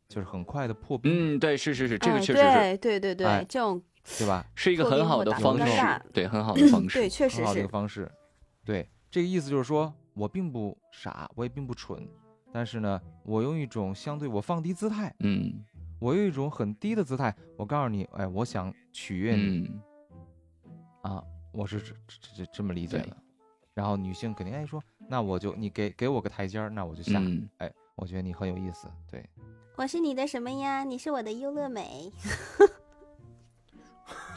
Speaker 1: 就是很快的破冰，
Speaker 3: 嗯，对，是是是，这个
Speaker 4: 哎
Speaker 3: 确实是
Speaker 4: 对对对
Speaker 1: 哎
Speaker 4: 对，这种
Speaker 1: 对吧？
Speaker 3: 是一个
Speaker 4: 破
Speaker 3: 很
Speaker 4: 冰
Speaker 3: 好
Speaker 4: 或
Speaker 3: 的
Speaker 4: 打
Speaker 3: 方
Speaker 1: 破
Speaker 4: 绽
Speaker 3: 式，对，很
Speaker 4: (clears throat)
Speaker 3: 好的方式，
Speaker 4: 对，确
Speaker 1: 很
Speaker 4: 实
Speaker 1: 好的一
Speaker 4: 是
Speaker 1: 个，方式。对，这个意思就是说我并不傻，我也并不蠢，但是呢，我用一种相对我放低姿态，
Speaker 3: 嗯
Speaker 1: 我用一种很低的姿态，我告诉你，哎，我想取悦你、
Speaker 3: 嗯，
Speaker 1: 啊，我是这这这这么理解
Speaker 3: 对
Speaker 1: 的。然后女性肯定爱说，那我就你给给我个台阶儿，那我就下。
Speaker 3: 嗯
Speaker 1: 哎，我觉得你很有意思，对，
Speaker 4: 我是你的什么呀？你是我的优乐美。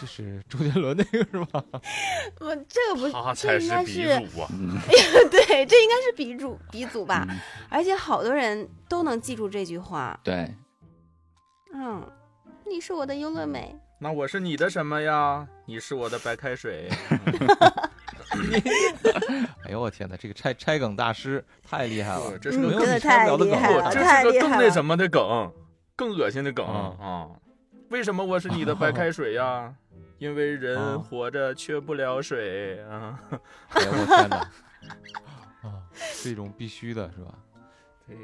Speaker 1: 这是周杰伦那个是吧？ (laughs)
Speaker 4: 我这个
Speaker 2: 他
Speaker 4: 不，这
Speaker 2: 才
Speaker 4: 应
Speaker 2: 是
Speaker 4: 该
Speaker 2: 鼻
Speaker 4: 是
Speaker 2: 祖啊！
Speaker 3: 嗯，
Speaker 4: 哎 (laughs) 对，这应该是鼻祖鼻祖吧？
Speaker 3: 嗯
Speaker 4: 而且好多人都能记住这句话。
Speaker 3: 对，
Speaker 4: 嗯，你是我的优乐美。
Speaker 2: 那我是你的什么呀？你是我的白开 (laughs) 水。
Speaker 1: 哎呦我天哪，这个拆拆梗大师太厉害了
Speaker 2: 哦，这是个
Speaker 1: 没有
Speaker 4: 真
Speaker 1: 你
Speaker 4: 的
Speaker 1: 拆不了的
Speaker 4: 太厉
Speaker 1: 梗
Speaker 4: 害
Speaker 1: 了
Speaker 2: 我
Speaker 4: 了
Speaker 2: 这
Speaker 4: 太
Speaker 2: 是个
Speaker 4: 厉
Speaker 2: 更
Speaker 4: 害
Speaker 2: 那
Speaker 4: 了
Speaker 2: 什么的梗，更恶心的梗
Speaker 1: 啊
Speaker 2: 啊！为什么我是你的白开水呀？因为
Speaker 1: 啊
Speaker 2: 人活着缺不了水啊！
Speaker 1: (laughs) 哎呦我天哪，啊，是一种必须的是吧？
Speaker 2: 对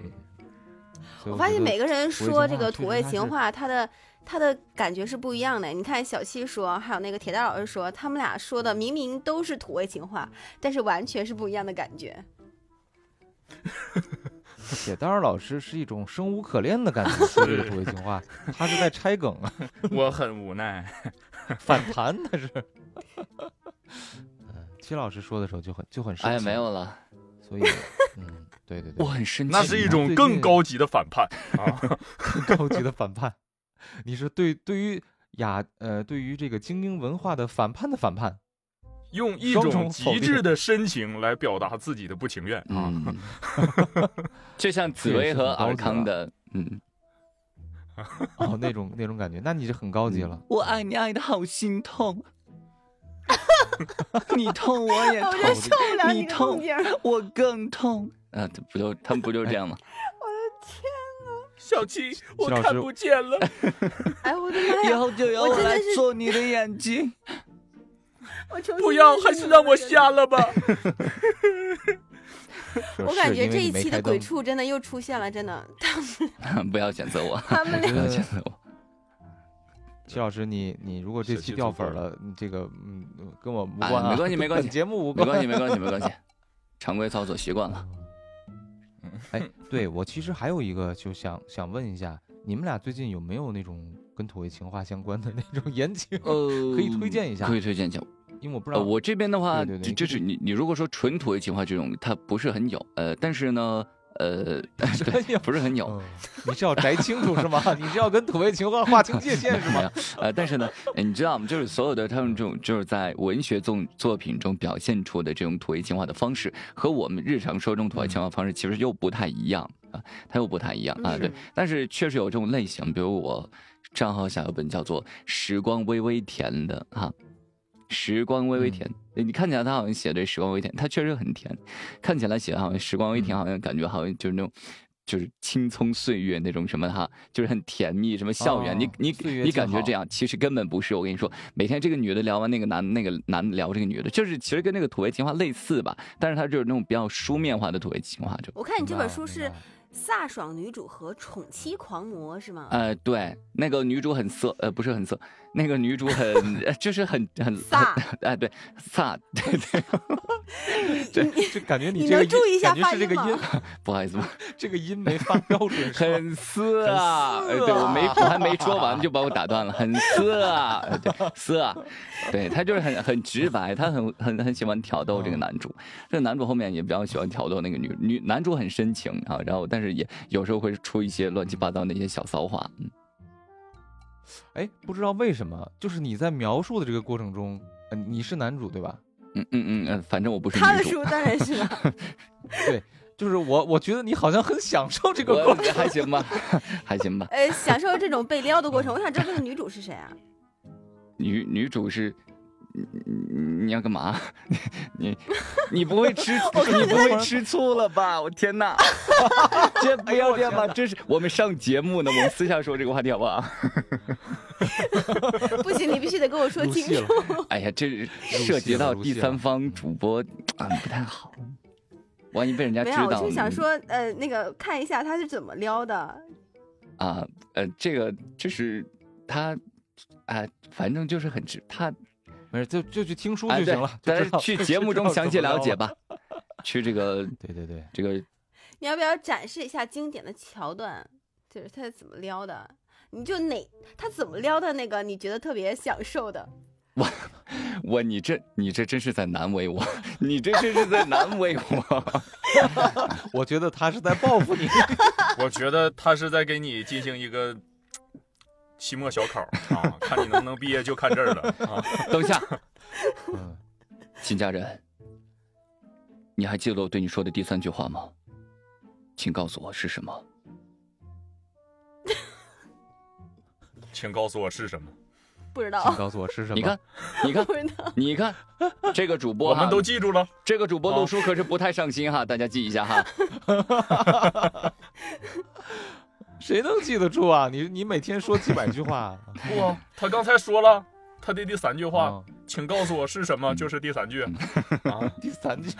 Speaker 1: 所以
Speaker 4: 我发
Speaker 1: 觉
Speaker 4: 现
Speaker 1: 得
Speaker 4: 每个人
Speaker 1: 土味
Speaker 4: 说
Speaker 1: 情
Speaker 4: 这
Speaker 1: 话
Speaker 4: 个
Speaker 1: 确
Speaker 4: 土
Speaker 1: 实
Speaker 4: 味
Speaker 1: 它
Speaker 4: 情
Speaker 1: 是
Speaker 4: 话，他的他的感觉是不一样的。你看小七说，还有那个铁蛋老师说，他们俩说的明明都是土味情话，但是完全是不一样的感觉。
Speaker 1: 铁蛋儿老师是一种生无可恋的感觉，说这个土味情话，他是在拆梗啊，
Speaker 2: (laughs) 我很无奈。
Speaker 1: 反弹他是。嗯，戚老师说的时候就很就很生气，
Speaker 3: 哎，没，有了，
Speaker 1: 所
Speaker 3: (laughs)
Speaker 1: 以，嗯，对对
Speaker 3: 我
Speaker 1: 对，
Speaker 3: 很生气，
Speaker 2: 那是一种更高级的反叛啊！
Speaker 1: 更高级的反叛，你是对对于雅呃对于这个精英文化的反叛的反叛，
Speaker 2: 用一
Speaker 1: 双
Speaker 2: 种
Speaker 1: 重否定
Speaker 2: 极致的深情来表达自己的不情愿。啊
Speaker 3: 嗯，就像紫薇和尔康的，嗯，
Speaker 1: 哦那种那种感觉，那你就很高级了。
Speaker 3: 我爱你爱的好心
Speaker 4: (laughs)
Speaker 3: 痛，你痛我也
Speaker 4: 我
Speaker 3: 痛，
Speaker 4: 真受不了
Speaker 3: 你
Speaker 4: 你这动
Speaker 3: 痛
Speaker 4: 静儿，
Speaker 3: 我更痛。啊，这不就他们不就是这样吗？
Speaker 2: 小七，我
Speaker 1: 老师
Speaker 2: 看不见了。
Speaker 4: (laughs) 哎，我的妈
Speaker 3: 以
Speaker 4: 呀！
Speaker 3: 后就由
Speaker 4: 我
Speaker 3: 我
Speaker 4: 真的
Speaker 3: 来
Speaker 4: 是
Speaker 3: 做你的眼睛。
Speaker 4: 我重新
Speaker 2: 不要，
Speaker 4: 认识
Speaker 2: 还
Speaker 4: 你
Speaker 2: 是让我
Speaker 4: 真的
Speaker 2: 瞎了吧。
Speaker 1: 是
Speaker 4: 嗯我感
Speaker 1: 是
Speaker 4: 觉
Speaker 1: 因
Speaker 4: 这
Speaker 1: 为
Speaker 4: 一
Speaker 1: 你没
Speaker 4: 期的
Speaker 1: 开
Speaker 4: 鬼
Speaker 1: 灯啊
Speaker 4: 畜真的又出现了，真的，
Speaker 3: (laughs) 不要选择我，(laughs)
Speaker 4: 他们
Speaker 1: 我
Speaker 4: 俩
Speaker 1: 觉
Speaker 3: 不要
Speaker 1: 得
Speaker 3: 选择我。
Speaker 1: 齐老师，你你如果这
Speaker 2: 舍弃
Speaker 1: 期掉
Speaker 2: 祖国
Speaker 1: 粉儿了，你这个嗯跟我无
Speaker 3: 啊
Speaker 1: 关啊，
Speaker 3: 没关系没关系
Speaker 1: 本节目 (laughs) 无
Speaker 3: 没
Speaker 1: 关。
Speaker 3: 关系，没关系，没关系，常规操作习惯了。
Speaker 1: 哎，对我其实还有一个，就想想问一下，你们俩最近有没有那种跟土味情话相关的那种言情？
Speaker 3: 呃，
Speaker 1: 可以推荐一下
Speaker 3: 可以推荐一下。
Speaker 1: 因为我不知
Speaker 3: 呃，
Speaker 1: 道，
Speaker 3: 我这边的话，
Speaker 1: 对对对
Speaker 3: 就就是你你如果说纯土味情话这种，它不是很有。呃，但是呢，呃， (laughs)
Speaker 1: 哎呀
Speaker 3: 对，不是很有。
Speaker 1: 嗯你是要摘清楚是吗？ (laughs) 你是要跟土味情话划清界限是
Speaker 3: 没
Speaker 1: 吗
Speaker 3: (laughs) 有？，呃，但是呢，呃你知道吗？就是所有的他们这种，就是在文学作作品中表现出的这种土味情话的方式，和我们日常说中土味情话方式其实又不太一样啊，它又不太一样啊。对
Speaker 4: 嗯，
Speaker 3: 但是确实有这种类型，比如我账号下有本叫做《时光微微甜》的哈、时光微
Speaker 1: 嗯
Speaker 3: 微甜，呃你看起来它好像写的时光微甜，它确实很甜，看起来写的好像时光微
Speaker 1: 嗯
Speaker 3: 甜，好像感觉好像就是那种。就是青葱岁月那种什么哈，就是很甜蜜，什么校园，
Speaker 1: 哦
Speaker 3: 你
Speaker 1: 岁
Speaker 3: 你
Speaker 1: 月
Speaker 3: 你
Speaker 1: 静
Speaker 3: 感觉
Speaker 1: 好
Speaker 3: 这样，其实根本不是。我跟你说，每天这个女的聊完那个男的，那个男的聊这个女的，就是其实跟那个土味情话类似吧，但是它就是那种比较书面化的土味情话，就
Speaker 4: 我看你这
Speaker 1: 明
Speaker 4: 本
Speaker 1: 白了
Speaker 4: 书是
Speaker 1: 明白了
Speaker 4: 飒爽女主和宠妻狂魔是
Speaker 1: 啊
Speaker 4: 吗？
Speaker 3: 呃，对，那个女主很色，呃，不是很色，那个女主很 (laughs) 呃就是很很 (laughs)
Speaker 4: 飒，
Speaker 3: 哎、对，飒，对对，
Speaker 1: 就感觉
Speaker 4: 你
Speaker 1: 这个
Speaker 4: 能
Speaker 1: 音
Speaker 4: 注意一下
Speaker 1: 感觉是
Speaker 4: 发
Speaker 1: 这个
Speaker 4: 音
Speaker 1: 音，
Speaker 3: 不好意思，
Speaker 1: 这个音没发标准是吗？
Speaker 3: 很色啊，呃对我 (laughs) 没我还没说完就把我打断了，很色啊，呃 (laughs) 对色啊，对他就是很很直白，他很很很喜欢挑逗这个男主，这个男主后面也比较喜欢挑逗那个女女男主很深情啊，然后但是也有时候会出一些乱七八糟的一些小骚话，嗯
Speaker 1: 哎，不知道为什么，就是你在描述的这个过程中，呃你是男主对吧？
Speaker 3: 嗯嗯嗯嗯，反正我不是
Speaker 4: 他的
Speaker 3: 女主
Speaker 4: 书。当然是了，
Speaker 1: (laughs) 就是我，我觉得你好像很享受这个
Speaker 3: 我
Speaker 1: 过程。
Speaker 3: 还行吧，还行吧。
Speaker 4: 呃，享受这种被撩的过程。我想知道这个女主是谁啊？
Speaker 3: 女女主是，你你你要干嘛？ (laughs) 你你不会
Speaker 4: (laughs)
Speaker 3: 吃你不会吃醋了吧？我天哪！ (laughs) 这不要这样吧，这是我们上节目呢，我们私下说这个话题好不
Speaker 4: (laughs)
Speaker 3: 好？
Speaker 4: 不行，你必须得跟我说
Speaker 1: 入
Speaker 4: 清
Speaker 1: 戏
Speaker 4: 楚 (laughs)
Speaker 1: 了。，
Speaker 3: 哎呀，这涉及到第三方主播啊，不太好，万一被人家
Speaker 4: 没
Speaker 3: 知
Speaker 4: 有，我
Speaker 3: 道
Speaker 4: 就是想
Speaker 3: 嗯
Speaker 4: 说，呃，那个看一下她是怎么撩的。
Speaker 3: 啊，呃，这个就是他啊，反正就是很直，他
Speaker 1: 没事，就就去听书
Speaker 3: 啊，
Speaker 1: 就
Speaker 3: 对
Speaker 1: 行了。就
Speaker 3: 大
Speaker 1: 知
Speaker 3: 家
Speaker 1: 道
Speaker 3: 去
Speaker 1: 就 (laughs)
Speaker 3: 节
Speaker 1: 知
Speaker 3: 目中
Speaker 1: 道
Speaker 3: 详
Speaker 1: 怎
Speaker 3: 细
Speaker 1: 么
Speaker 3: 了
Speaker 1: 着
Speaker 3: 解
Speaker 1: 了。
Speaker 3: 吧，去这个
Speaker 1: 对对对，
Speaker 3: 这个
Speaker 4: 你要不要展示一下经典的桥段？就是她是怎么撩的？你就哪她怎么撩的那个你觉得特别享受的？
Speaker 3: 我你这你这真是在难为我， (laughs) 你这真是在难为我。
Speaker 1: 我觉得他是在报
Speaker 3: (laughs)
Speaker 1: 复你。
Speaker 2: 我觉得他是在给你进行一个期末小考啊，看你能不能毕业就看这儿了啊。
Speaker 3: 等一下，
Speaker 1: 嗯，
Speaker 3: 秦家人，你还记得我对你说的第三句话吗？请告诉我是什么？
Speaker 2: 请告诉我是什么？
Speaker 4: 不知
Speaker 1: 请
Speaker 4: 道，
Speaker 1: 告诉我是什么？
Speaker 3: 你看，，你看
Speaker 4: (laughs) 不，知道。
Speaker 3: 你看，这个主播
Speaker 2: 我
Speaker 3: 哈
Speaker 2: 们都记住了。
Speaker 3: 这个主播录书可是不太上心哈，大家记一下哈。
Speaker 1: 谁能记得住啊？你你每天说几百句话啊，
Speaker 3: (laughs)
Speaker 2: (laughs) 哇，他刚才说了，他的第三句话，
Speaker 1: 啊
Speaker 2: 请告诉我是什么，就是第三句。啊，
Speaker 1: 第三句。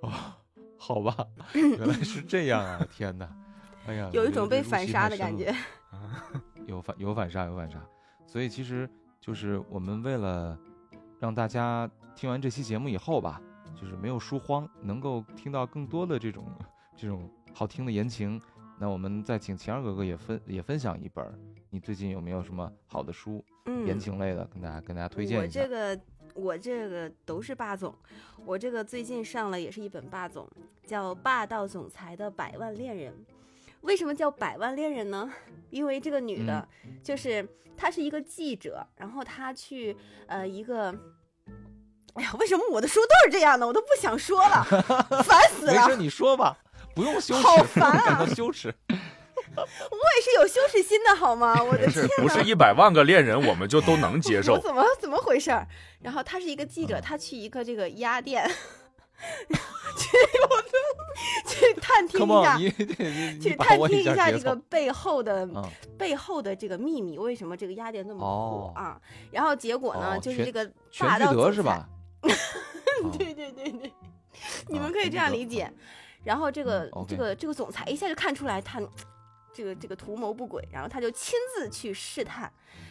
Speaker 1: 哦， (laughs) 好吧，原来是这样啊！天哪，哎呀，
Speaker 4: 有
Speaker 1: 我
Speaker 4: 一
Speaker 1: 觉
Speaker 4: 种
Speaker 1: 得
Speaker 4: 被
Speaker 1: 这
Speaker 4: 反
Speaker 1: 入戏
Speaker 4: 杀
Speaker 1: 太
Speaker 4: 的
Speaker 1: 深
Speaker 4: 感
Speaker 1: 了
Speaker 4: 觉。
Speaker 1: 有反有反杀有反杀，所以其实就是我们为了让大家听完这期节目以后吧，就是没有疏荒，能够听到更多的这种这种好听的言情，那我们再请晴儿哥哥也分也分享一本儿，你最近有没有什么好的书、言
Speaker 4: 嗯，
Speaker 1: 情类的跟大家跟大家推
Speaker 4: 我
Speaker 1: 荐一下？
Speaker 4: 这个我这个都是霸总，我这个最近上了也是一本霸总，叫《霸道总裁的百万恋人》。为什么叫百万恋人呢？ (laughs) 因为这个女的，
Speaker 1: 嗯
Speaker 4: 就是她是一个记者，然后她去呃一个。哎呀，为什么我的书都是这样的？我都不想说
Speaker 1: (laughs)
Speaker 4: 了，烦死
Speaker 1: 没
Speaker 4: 了！
Speaker 1: 事，你说吧，不用羞耻，
Speaker 4: 好烦啊
Speaker 1: 感到羞耻。
Speaker 4: 我也是有羞耻心的好吗？我的天
Speaker 2: 是
Speaker 4: 哪！
Speaker 2: 不是一百万个恋人我们就都能接
Speaker 4: (laughs)
Speaker 3: (laughs)
Speaker 4: 我
Speaker 2: 受？
Speaker 4: 怎么怎么回事儿？然后他是一个记
Speaker 1: 嗯
Speaker 4: 者，他去一个这个鸭店，去我去探听
Speaker 1: Come
Speaker 4: 一
Speaker 1: on，
Speaker 4: 下，
Speaker 1: 你
Speaker 4: (laughs)
Speaker 1: 你你
Speaker 4: 去
Speaker 1: 你把
Speaker 4: 探
Speaker 1: 握
Speaker 4: 听一
Speaker 1: 下
Speaker 4: 下
Speaker 1: 节
Speaker 4: 这个
Speaker 1: 奏。
Speaker 4: 背后的、
Speaker 1: 嗯
Speaker 4: 背后的这个秘密，为什么这个鸭店那么
Speaker 1: 哦
Speaker 4: 火啊？然后结果呢，
Speaker 1: 哦
Speaker 4: 就是
Speaker 1: 全
Speaker 4: 这个
Speaker 1: 全
Speaker 4: 霸
Speaker 1: 聚
Speaker 4: 道
Speaker 1: 德
Speaker 4: 总
Speaker 1: 是
Speaker 4: 裁 (laughs)
Speaker 1: 吧？哦
Speaker 4: 对对对对， (laughs) 你
Speaker 1: 啊
Speaker 4: 们可
Speaker 1: 全
Speaker 4: 以这
Speaker 1: 聚
Speaker 4: 样
Speaker 1: 德
Speaker 4: 理解。然后这个、
Speaker 1: 嗯，OK
Speaker 4: 这个这个总裁一下就看出来他这个这个图谋不轨，然后他就亲自去试探，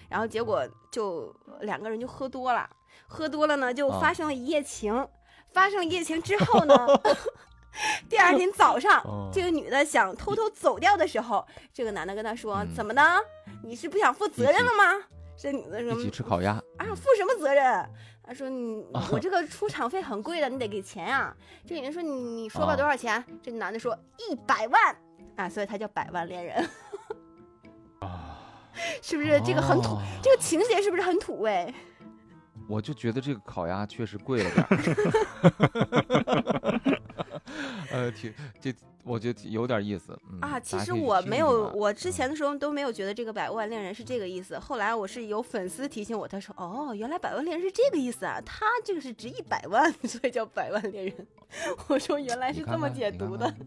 Speaker 4: 然后结果就两个人就喝多了，喝多了呢就
Speaker 1: 啊
Speaker 4: 发生了一夜情，发生了一夜情之
Speaker 1: (laughs)
Speaker 4: 后呢。第二天早上，
Speaker 1: 哦
Speaker 4: 这个女的想偷偷走掉的时候，这个男的跟她说：“
Speaker 1: 嗯
Speaker 4: 怎么呢？你是不想负责任了吗？”这女的说：“
Speaker 1: 一起吃烤鸭，
Speaker 4: 啊，负什么责任？他
Speaker 1: (laughs)
Speaker 4: 说你我这个出场费很贵的，你得给钱啊。这个人说你你说吧
Speaker 1: 啊
Speaker 4: 多少钱？这男的说一百万啊，所以他叫百万恋人。 (laughs)
Speaker 2: 啊
Speaker 4: 是不是这个很土？
Speaker 1: 哦
Speaker 4: 这个情节是不是很土味？
Speaker 1: 我就觉得这个烤鸭确实贵了点儿。
Speaker 3: (laughs)
Speaker 1: 呃，挺这，我觉得有点意思、嗯、
Speaker 4: 啊，其
Speaker 1: 大家
Speaker 4: 实
Speaker 1: 可以
Speaker 4: 我
Speaker 1: 去
Speaker 4: 没
Speaker 1: 一嗯
Speaker 4: 有，
Speaker 1: 把
Speaker 4: 我之前的时候都没有觉得这个《百万恋人》是这个意思。后来我是有粉丝提醒我，他说：“哦，原来《百万恋人》是这个意思啊，他这个是值一百万， (laughs) 所以叫《百万恋人》。”我说原来
Speaker 1: 你
Speaker 4: 是
Speaker 1: 看
Speaker 4: 这么
Speaker 1: 看
Speaker 4: 解
Speaker 1: 你
Speaker 4: 读
Speaker 1: 看
Speaker 4: 的。
Speaker 1: 看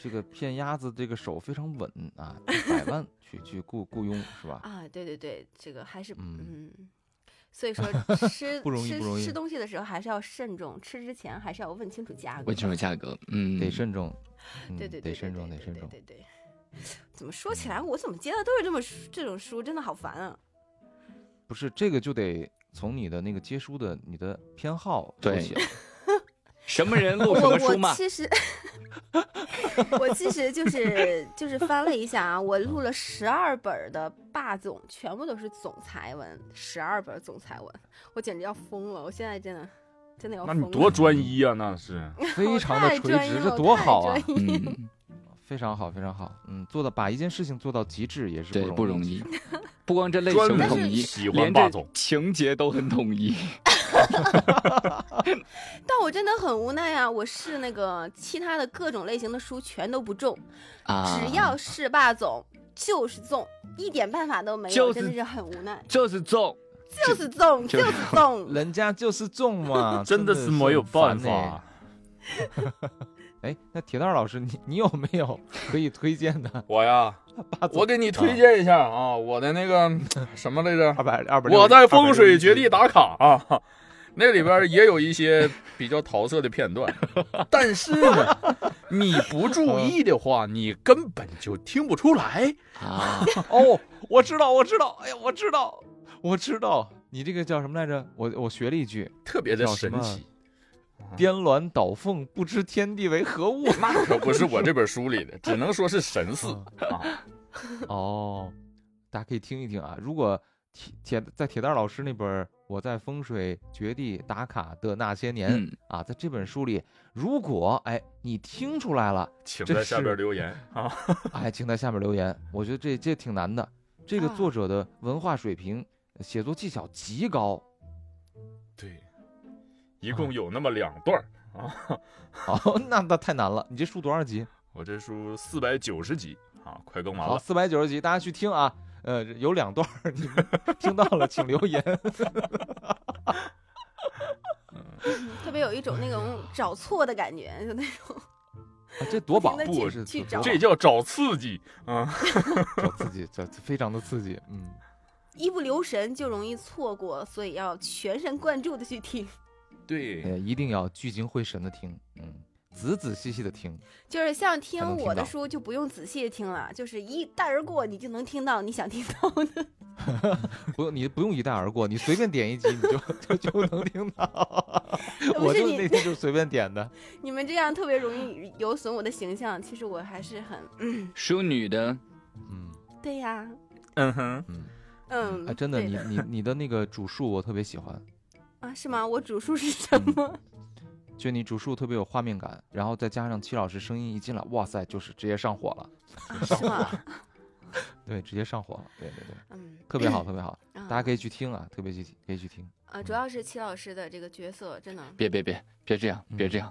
Speaker 1: 这个骗鸭子这个手非常稳
Speaker 4: (laughs)
Speaker 1: 啊，一百万去去雇雇佣是吧？
Speaker 4: 啊，对对对，这个还是嗯
Speaker 1: 嗯 (laughs)
Speaker 4: 所以说吃
Speaker 1: 不容易
Speaker 4: 吃
Speaker 1: 不容易
Speaker 4: 吃东西的时候还是要慎重，吃之前还是要问清楚价格。
Speaker 3: 问清楚价格，嗯，
Speaker 1: 得慎重，嗯
Speaker 4: 对对
Speaker 1: 得
Speaker 4: 对，对
Speaker 1: 慎重，
Speaker 4: 对
Speaker 1: 得慎
Speaker 4: 对对
Speaker 1: 重。嗯
Speaker 4: 对对。怎么说起来，我怎么接的都是这么书这种书，真的好烦啊！
Speaker 1: 不是这个就得从你的那个接书的你的偏好说
Speaker 3: 对
Speaker 1: 起
Speaker 4: (laughs)
Speaker 1: 了。
Speaker 3: 什么人录
Speaker 4: 我
Speaker 3: 什么书
Speaker 4: (laughs) 我
Speaker 3: 嘛？
Speaker 4: 其实我其实就是就是翻了一下啊，我录了十二本儿的霸总，全部都是总裁文，十二本儿总裁文，我简直要疯了！我现在真的真的要
Speaker 2: 那
Speaker 4: 疯了。
Speaker 2: 你多专一啊！那是
Speaker 1: 非
Speaker 4: 我
Speaker 1: 常的
Speaker 4: 太
Speaker 1: 垂
Speaker 4: 专
Speaker 1: 直
Speaker 4: 一
Speaker 1: 这
Speaker 4: 了我
Speaker 1: 多
Speaker 4: 太
Speaker 1: 好
Speaker 4: 专
Speaker 1: 啊
Speaker 4: 一了
Speaker 3: 嗯，
Speaker 1: 非常好，非常好，嗯，做到把一件事情做到极致也是
Speaker 3: 对，不容
Speaker 1: 易。
Speaker 3: 易。 (laughs) 不光这类型
Speaker 2: 专
Speaker 4: 门
Speaker 3: 统一，
Speaker 2: 喜欢
Speaker 3: 连
Speaker 2: 霸
Speaker 3: 这
Speaker 2: 总
Speaker 3: 情节都很统一。
Speaker 4: 但我真的很无奈啊！我试那个其他的各种类型的书全都不中，
Speaker 3: 啊，
Speaker 4: 只要是霸总就是中，一点办法都没有，
Speaker 3: 就是
Speaker 4: 真的是很无奈，
Speaker 3: 就是中，
Speaker 4: 就是中，
Speaker 3: 就
Speaker 4: 就是中。
Speaker 1: 人家就是重 (laughs) 嘛，
Speaker 2: 啊真的
Speaker 1: 啊的
Speaker 2: 是没有
Speaker 1: 很烦
Speaker 2: 办法
Speaker 1: 呢。。哎，那铁蛋儿老师，你你有没有可以推荐的
Speaker 2: 我呀，
Speaker 1: 哎霸总？
Speaker 2: 我给你推荐一下啊，我的那个什么来
Speaker 1: (laughs)
Speaker 2: 着？
Speaker 1: 二百二百，
Speaker 2: 我在风水绝
Speaker 1: 地。
Speaker 2: 地打卡啊，那里边也有一些比较桃色的片 (laughs) 段，但是呢，你不注意的话，你根本就听不出来。
Speaker 4: (laughs)
Speaker 3: 啊，
Speaker 1: (laughs) 哦，我知道，我知道，哎呀，我知道，我知道，你这个叫什么来着？我我学了一句，
Speaker 2: 特别的神
Speaker 1: 叫什
Speaker 2: 奇
Speaker 1: 么，颠鸾倒凤，不知天地为何物。
Speaker 2: 那可不是我这本书 (laughs) 里的，只能说是神似啊。
Speaker 1: (laughs) 哦，大家可以听一听啊。如果铁铁在铁蛋儿老师那本儿《我在风水绝地打卡的那些年》
Speaker 3: 嗯
Speaker 1: 啊，在这本书里，如果哎你听出来了，
Speaker 2: 请在下边留言啊。
Speaker 1: 哎，请在下面留言。我觉得这这挺难的，这个
Speaker 4: 啊
Speaker 1: 作者的文化水平、写作技巧极高。
Speaker 2: 对，一共有那么两段儿。
Speaker 1: 哦， (laughs) 那那太难了。你这书多少集？
Speaker 2: 我这书四百九十集啊，快更完
Speaker 1: 好，
Speaker 2: 了。
Speaker 1: 四百九十集，大家去听啊。呃，有两段儿，你
Speaker 4: (laughs)
Speaker 1: 们听到了请留言。
Speaker 4: 特别有一种那种找错的感觉， (laughs) 就那种
Speaker 1: 啊这多宝
Speaker 4: 不停
Speaker 2: 地
Speaker 1: 是
Speaker 4: 去
Speaker 1: 多
Speaker 4: 找
Speaker 1: 宝
Speaker 2: 这叫找刺激啊！
Speaker 1: 找刺激，这非常的刺激。嗯，
Speaker 4: 一不留神就容易错过，所以要全神贯注的去听。
Speaker 2: 对，
Speaker 1: 呃，一定要聚精会神的听，嗯，仔仔细细的听。
Speaker 4: 就是像
Speaker 1: 才
Speaker 4: 听
Speaker 1: 能听
Speaker 4: 我的
Speaker 1: 到
Speaker 4: 书就不用仔细听了，就是一带而过，你就能听到你想听到的。
Speaker 1: 不用你不用一带而过，你随便点一集你就 (laughs) 就就能听到。
Speaker 4: (laughs) 不
Speaker 1: 我
Speaker 4: 是
Speaker 1: 就
Speaker 4: 你
Speaker 1: 那天就随便点的。
Speaker 4: 你们这样特别容易有损我的形象，其实我还是很
Speaker 3: 淑女的
Speaker 1: 嗯
Speaker 4: 对呀、
Speaker 2: 嗯哼，
Speaker 1: 嗯，
Speaker 4: 嗯，
Speaker 1: 哎，真的，
Speaker 4: 对
Speaker 1: 你你你的那个主述我特别喜欢，嗯 (laughs)
Speaker 4: 啊，是吗？我主述是什么？
Speaker 1: 娟妮竹树特别有画面感，然后再加上戚老师声音一进来，哇塞，就是直接上火了，
Speaker 4: 啊，
Speaker 1: (laughs)
Speaker 4: 是吗？
Speaker 1: 对，直接上火了，对对对，
Speaker 4: 嗯，
Speaker 1: 特别好，特别好，
Speaker 4: 啊，
Speaker 1: 大家可以去听啊，特别去可以去听，
Speaker 4: 啊，主要是戚老师的这个角色真的，
Speaker 3: 别别别别这样，别这样，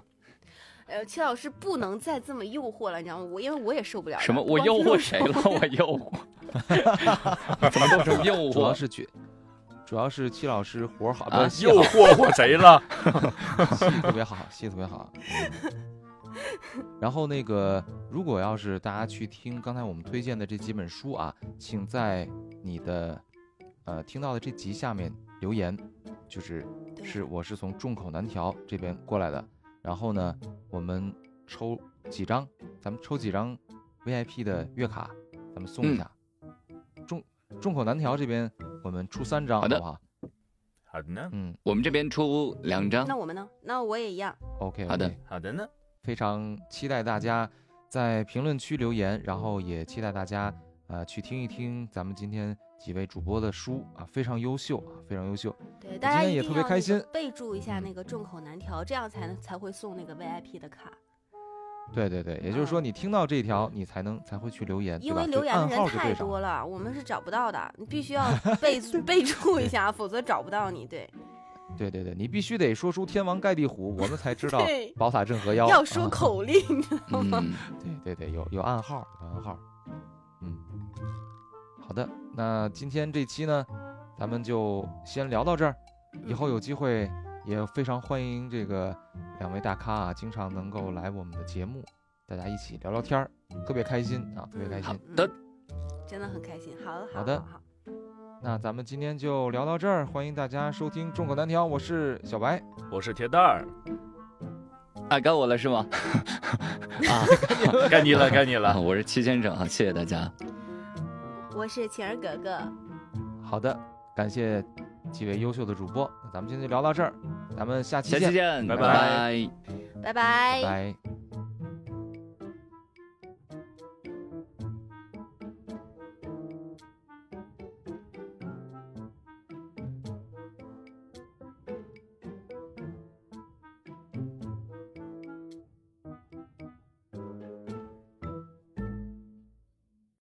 Speaker 4: 呃，戚老师不能再这么诱惑了，你知道吗？我因为我也受不了了。
Speaker 3: 什么
Speaker 4: 不
Speaker 3: 我
Speaker 4: 光
Speaker 3: 诱
Speaker 4: 听众
Speaker 3: 惑谁了？我诱惑，怎么都成诱
Speaker 1: 主要
Speaker 3: 惑？
Speaker 1: 是觉，主要是戚老师活儿好，
Speaker 3: 啊
Speaker 1: 不是戏
Speaker 2: 又
Speaker 1: 好，
Speaker 2: 霍霍谁 (laughs) 了？
Speaker 1: 戏特别好，戏特别好。嗯然后那个，如果要是大家去听刚才我们推荐的这几本书啊，请在你的呃听到的这集下面留言，就是
Speaker 4: 对
Speaker 1: 是我是从众口难调这边过来的。然后呢，我们抽几张，咱们抽几张 VIP 的月卡，咱们送一
Speaker 3: 嗯
Speaker 1: 下。众众口难调这边我们出三张，
Speaker 3: 好
Speaker 1: 好
Speaker 3: 的
Speaker 1: 不好？
Speaker 2: 好的呢，
Speaker 1: 嗯
Speaker 3: 我们这边出两张
Speaker 4: 那，我们呢？那我也一样。
Speaker 1: ，OK，
Speaker 3: 好的
Speaker 2: 好的呢，
Speaker 1: 非常期待大家在评论区留言，然后也期待大家呃去听一听咱们今天几位主播的书啊，非常优秀啊，非常优秀。
Speaker 4: 对，大家
Speaker 1: 今天
Speaker 4: 一
Speaker 1: 也
Speaker 4: 定
Speaker 1: 特别
Speaker 4: 要
Speaker 1: 开
Speaker 4: 那个
Speaker 1: 心
Speaker 4: 备注一下
Speaker 1: 嗯
Speaker 4: 那个众口难调，这样才能才会送那个 VIP 的卡。
Speaker 1: 对对对，也就是说你听到这条，你才能才会去留言，
Speaker 4: 嗯因
Speaker 1: 嗯对吧
Speaker 4: 为留言的
Speaker 1: 就暗
Speaker 4: 人
Speaker 1: 号就
Speaker 4: 太
Speaker 1: 对上
Speaker 4: 多
Speaker 1: 了。嗯
Speaker 4: 了，我们是找不到的，你必
Speaker 1: (laughs)
Speaker 4: 须要备注备注一下，否则找不到你。对，
Speaker 1: 对对对，你必须得说出天王盖地虎，我们才知道
Speaker 4: 对
Speaker 1: 宝塔镇河妖。
Speaker 4: 要说
Speaker 1: 啊
Speaker 4: 口令。
Speaker 3: 嗯，
Speaker 1: 对对对，有有暗号，有暗号。嗯，好的，那今天这期呢，咱们就先聊到这儿。以后有机会也非常欢迎这个两位大咖啊，经常能够来我们的节目，大家一起聊聊天儿，特别开心啊，特别开
Speaker 3: 好
Speaker 1: 心。
Speaker 3: 的，
Speaker 4: (laughs) 真的很开心。好了，
Speaker 1: 好的
Speaker 4: 好好
Speaker 1: 那咱们今天就聊到这儿，欢迎大家收听《众口难调》，我是小白，
Speaker 2: 我是铁蛋儿，
Speaker 3: 啊，该我了是吗？啊
Speaker 2: 该你了，该你
Speaker 3: 啊，
Speaker 2: 了，
Speaker 3: 我是戚先生啊，谢谢大家。
Speaker 4: 我是晴儿格格，
Speaker 1: 好的，感谢几位优秀的主播，那咱们今天就聊到这儿，咱们下期
Speaker 3: 下期
Speaker 1: 见，
Speaker 3: 见，
Speaker 2: 拜
Speaker 3: 拜
Speaker 2: 拜
Speaker 3: 拜
Speaker 4: 拜
Speaker 1: 拜拜。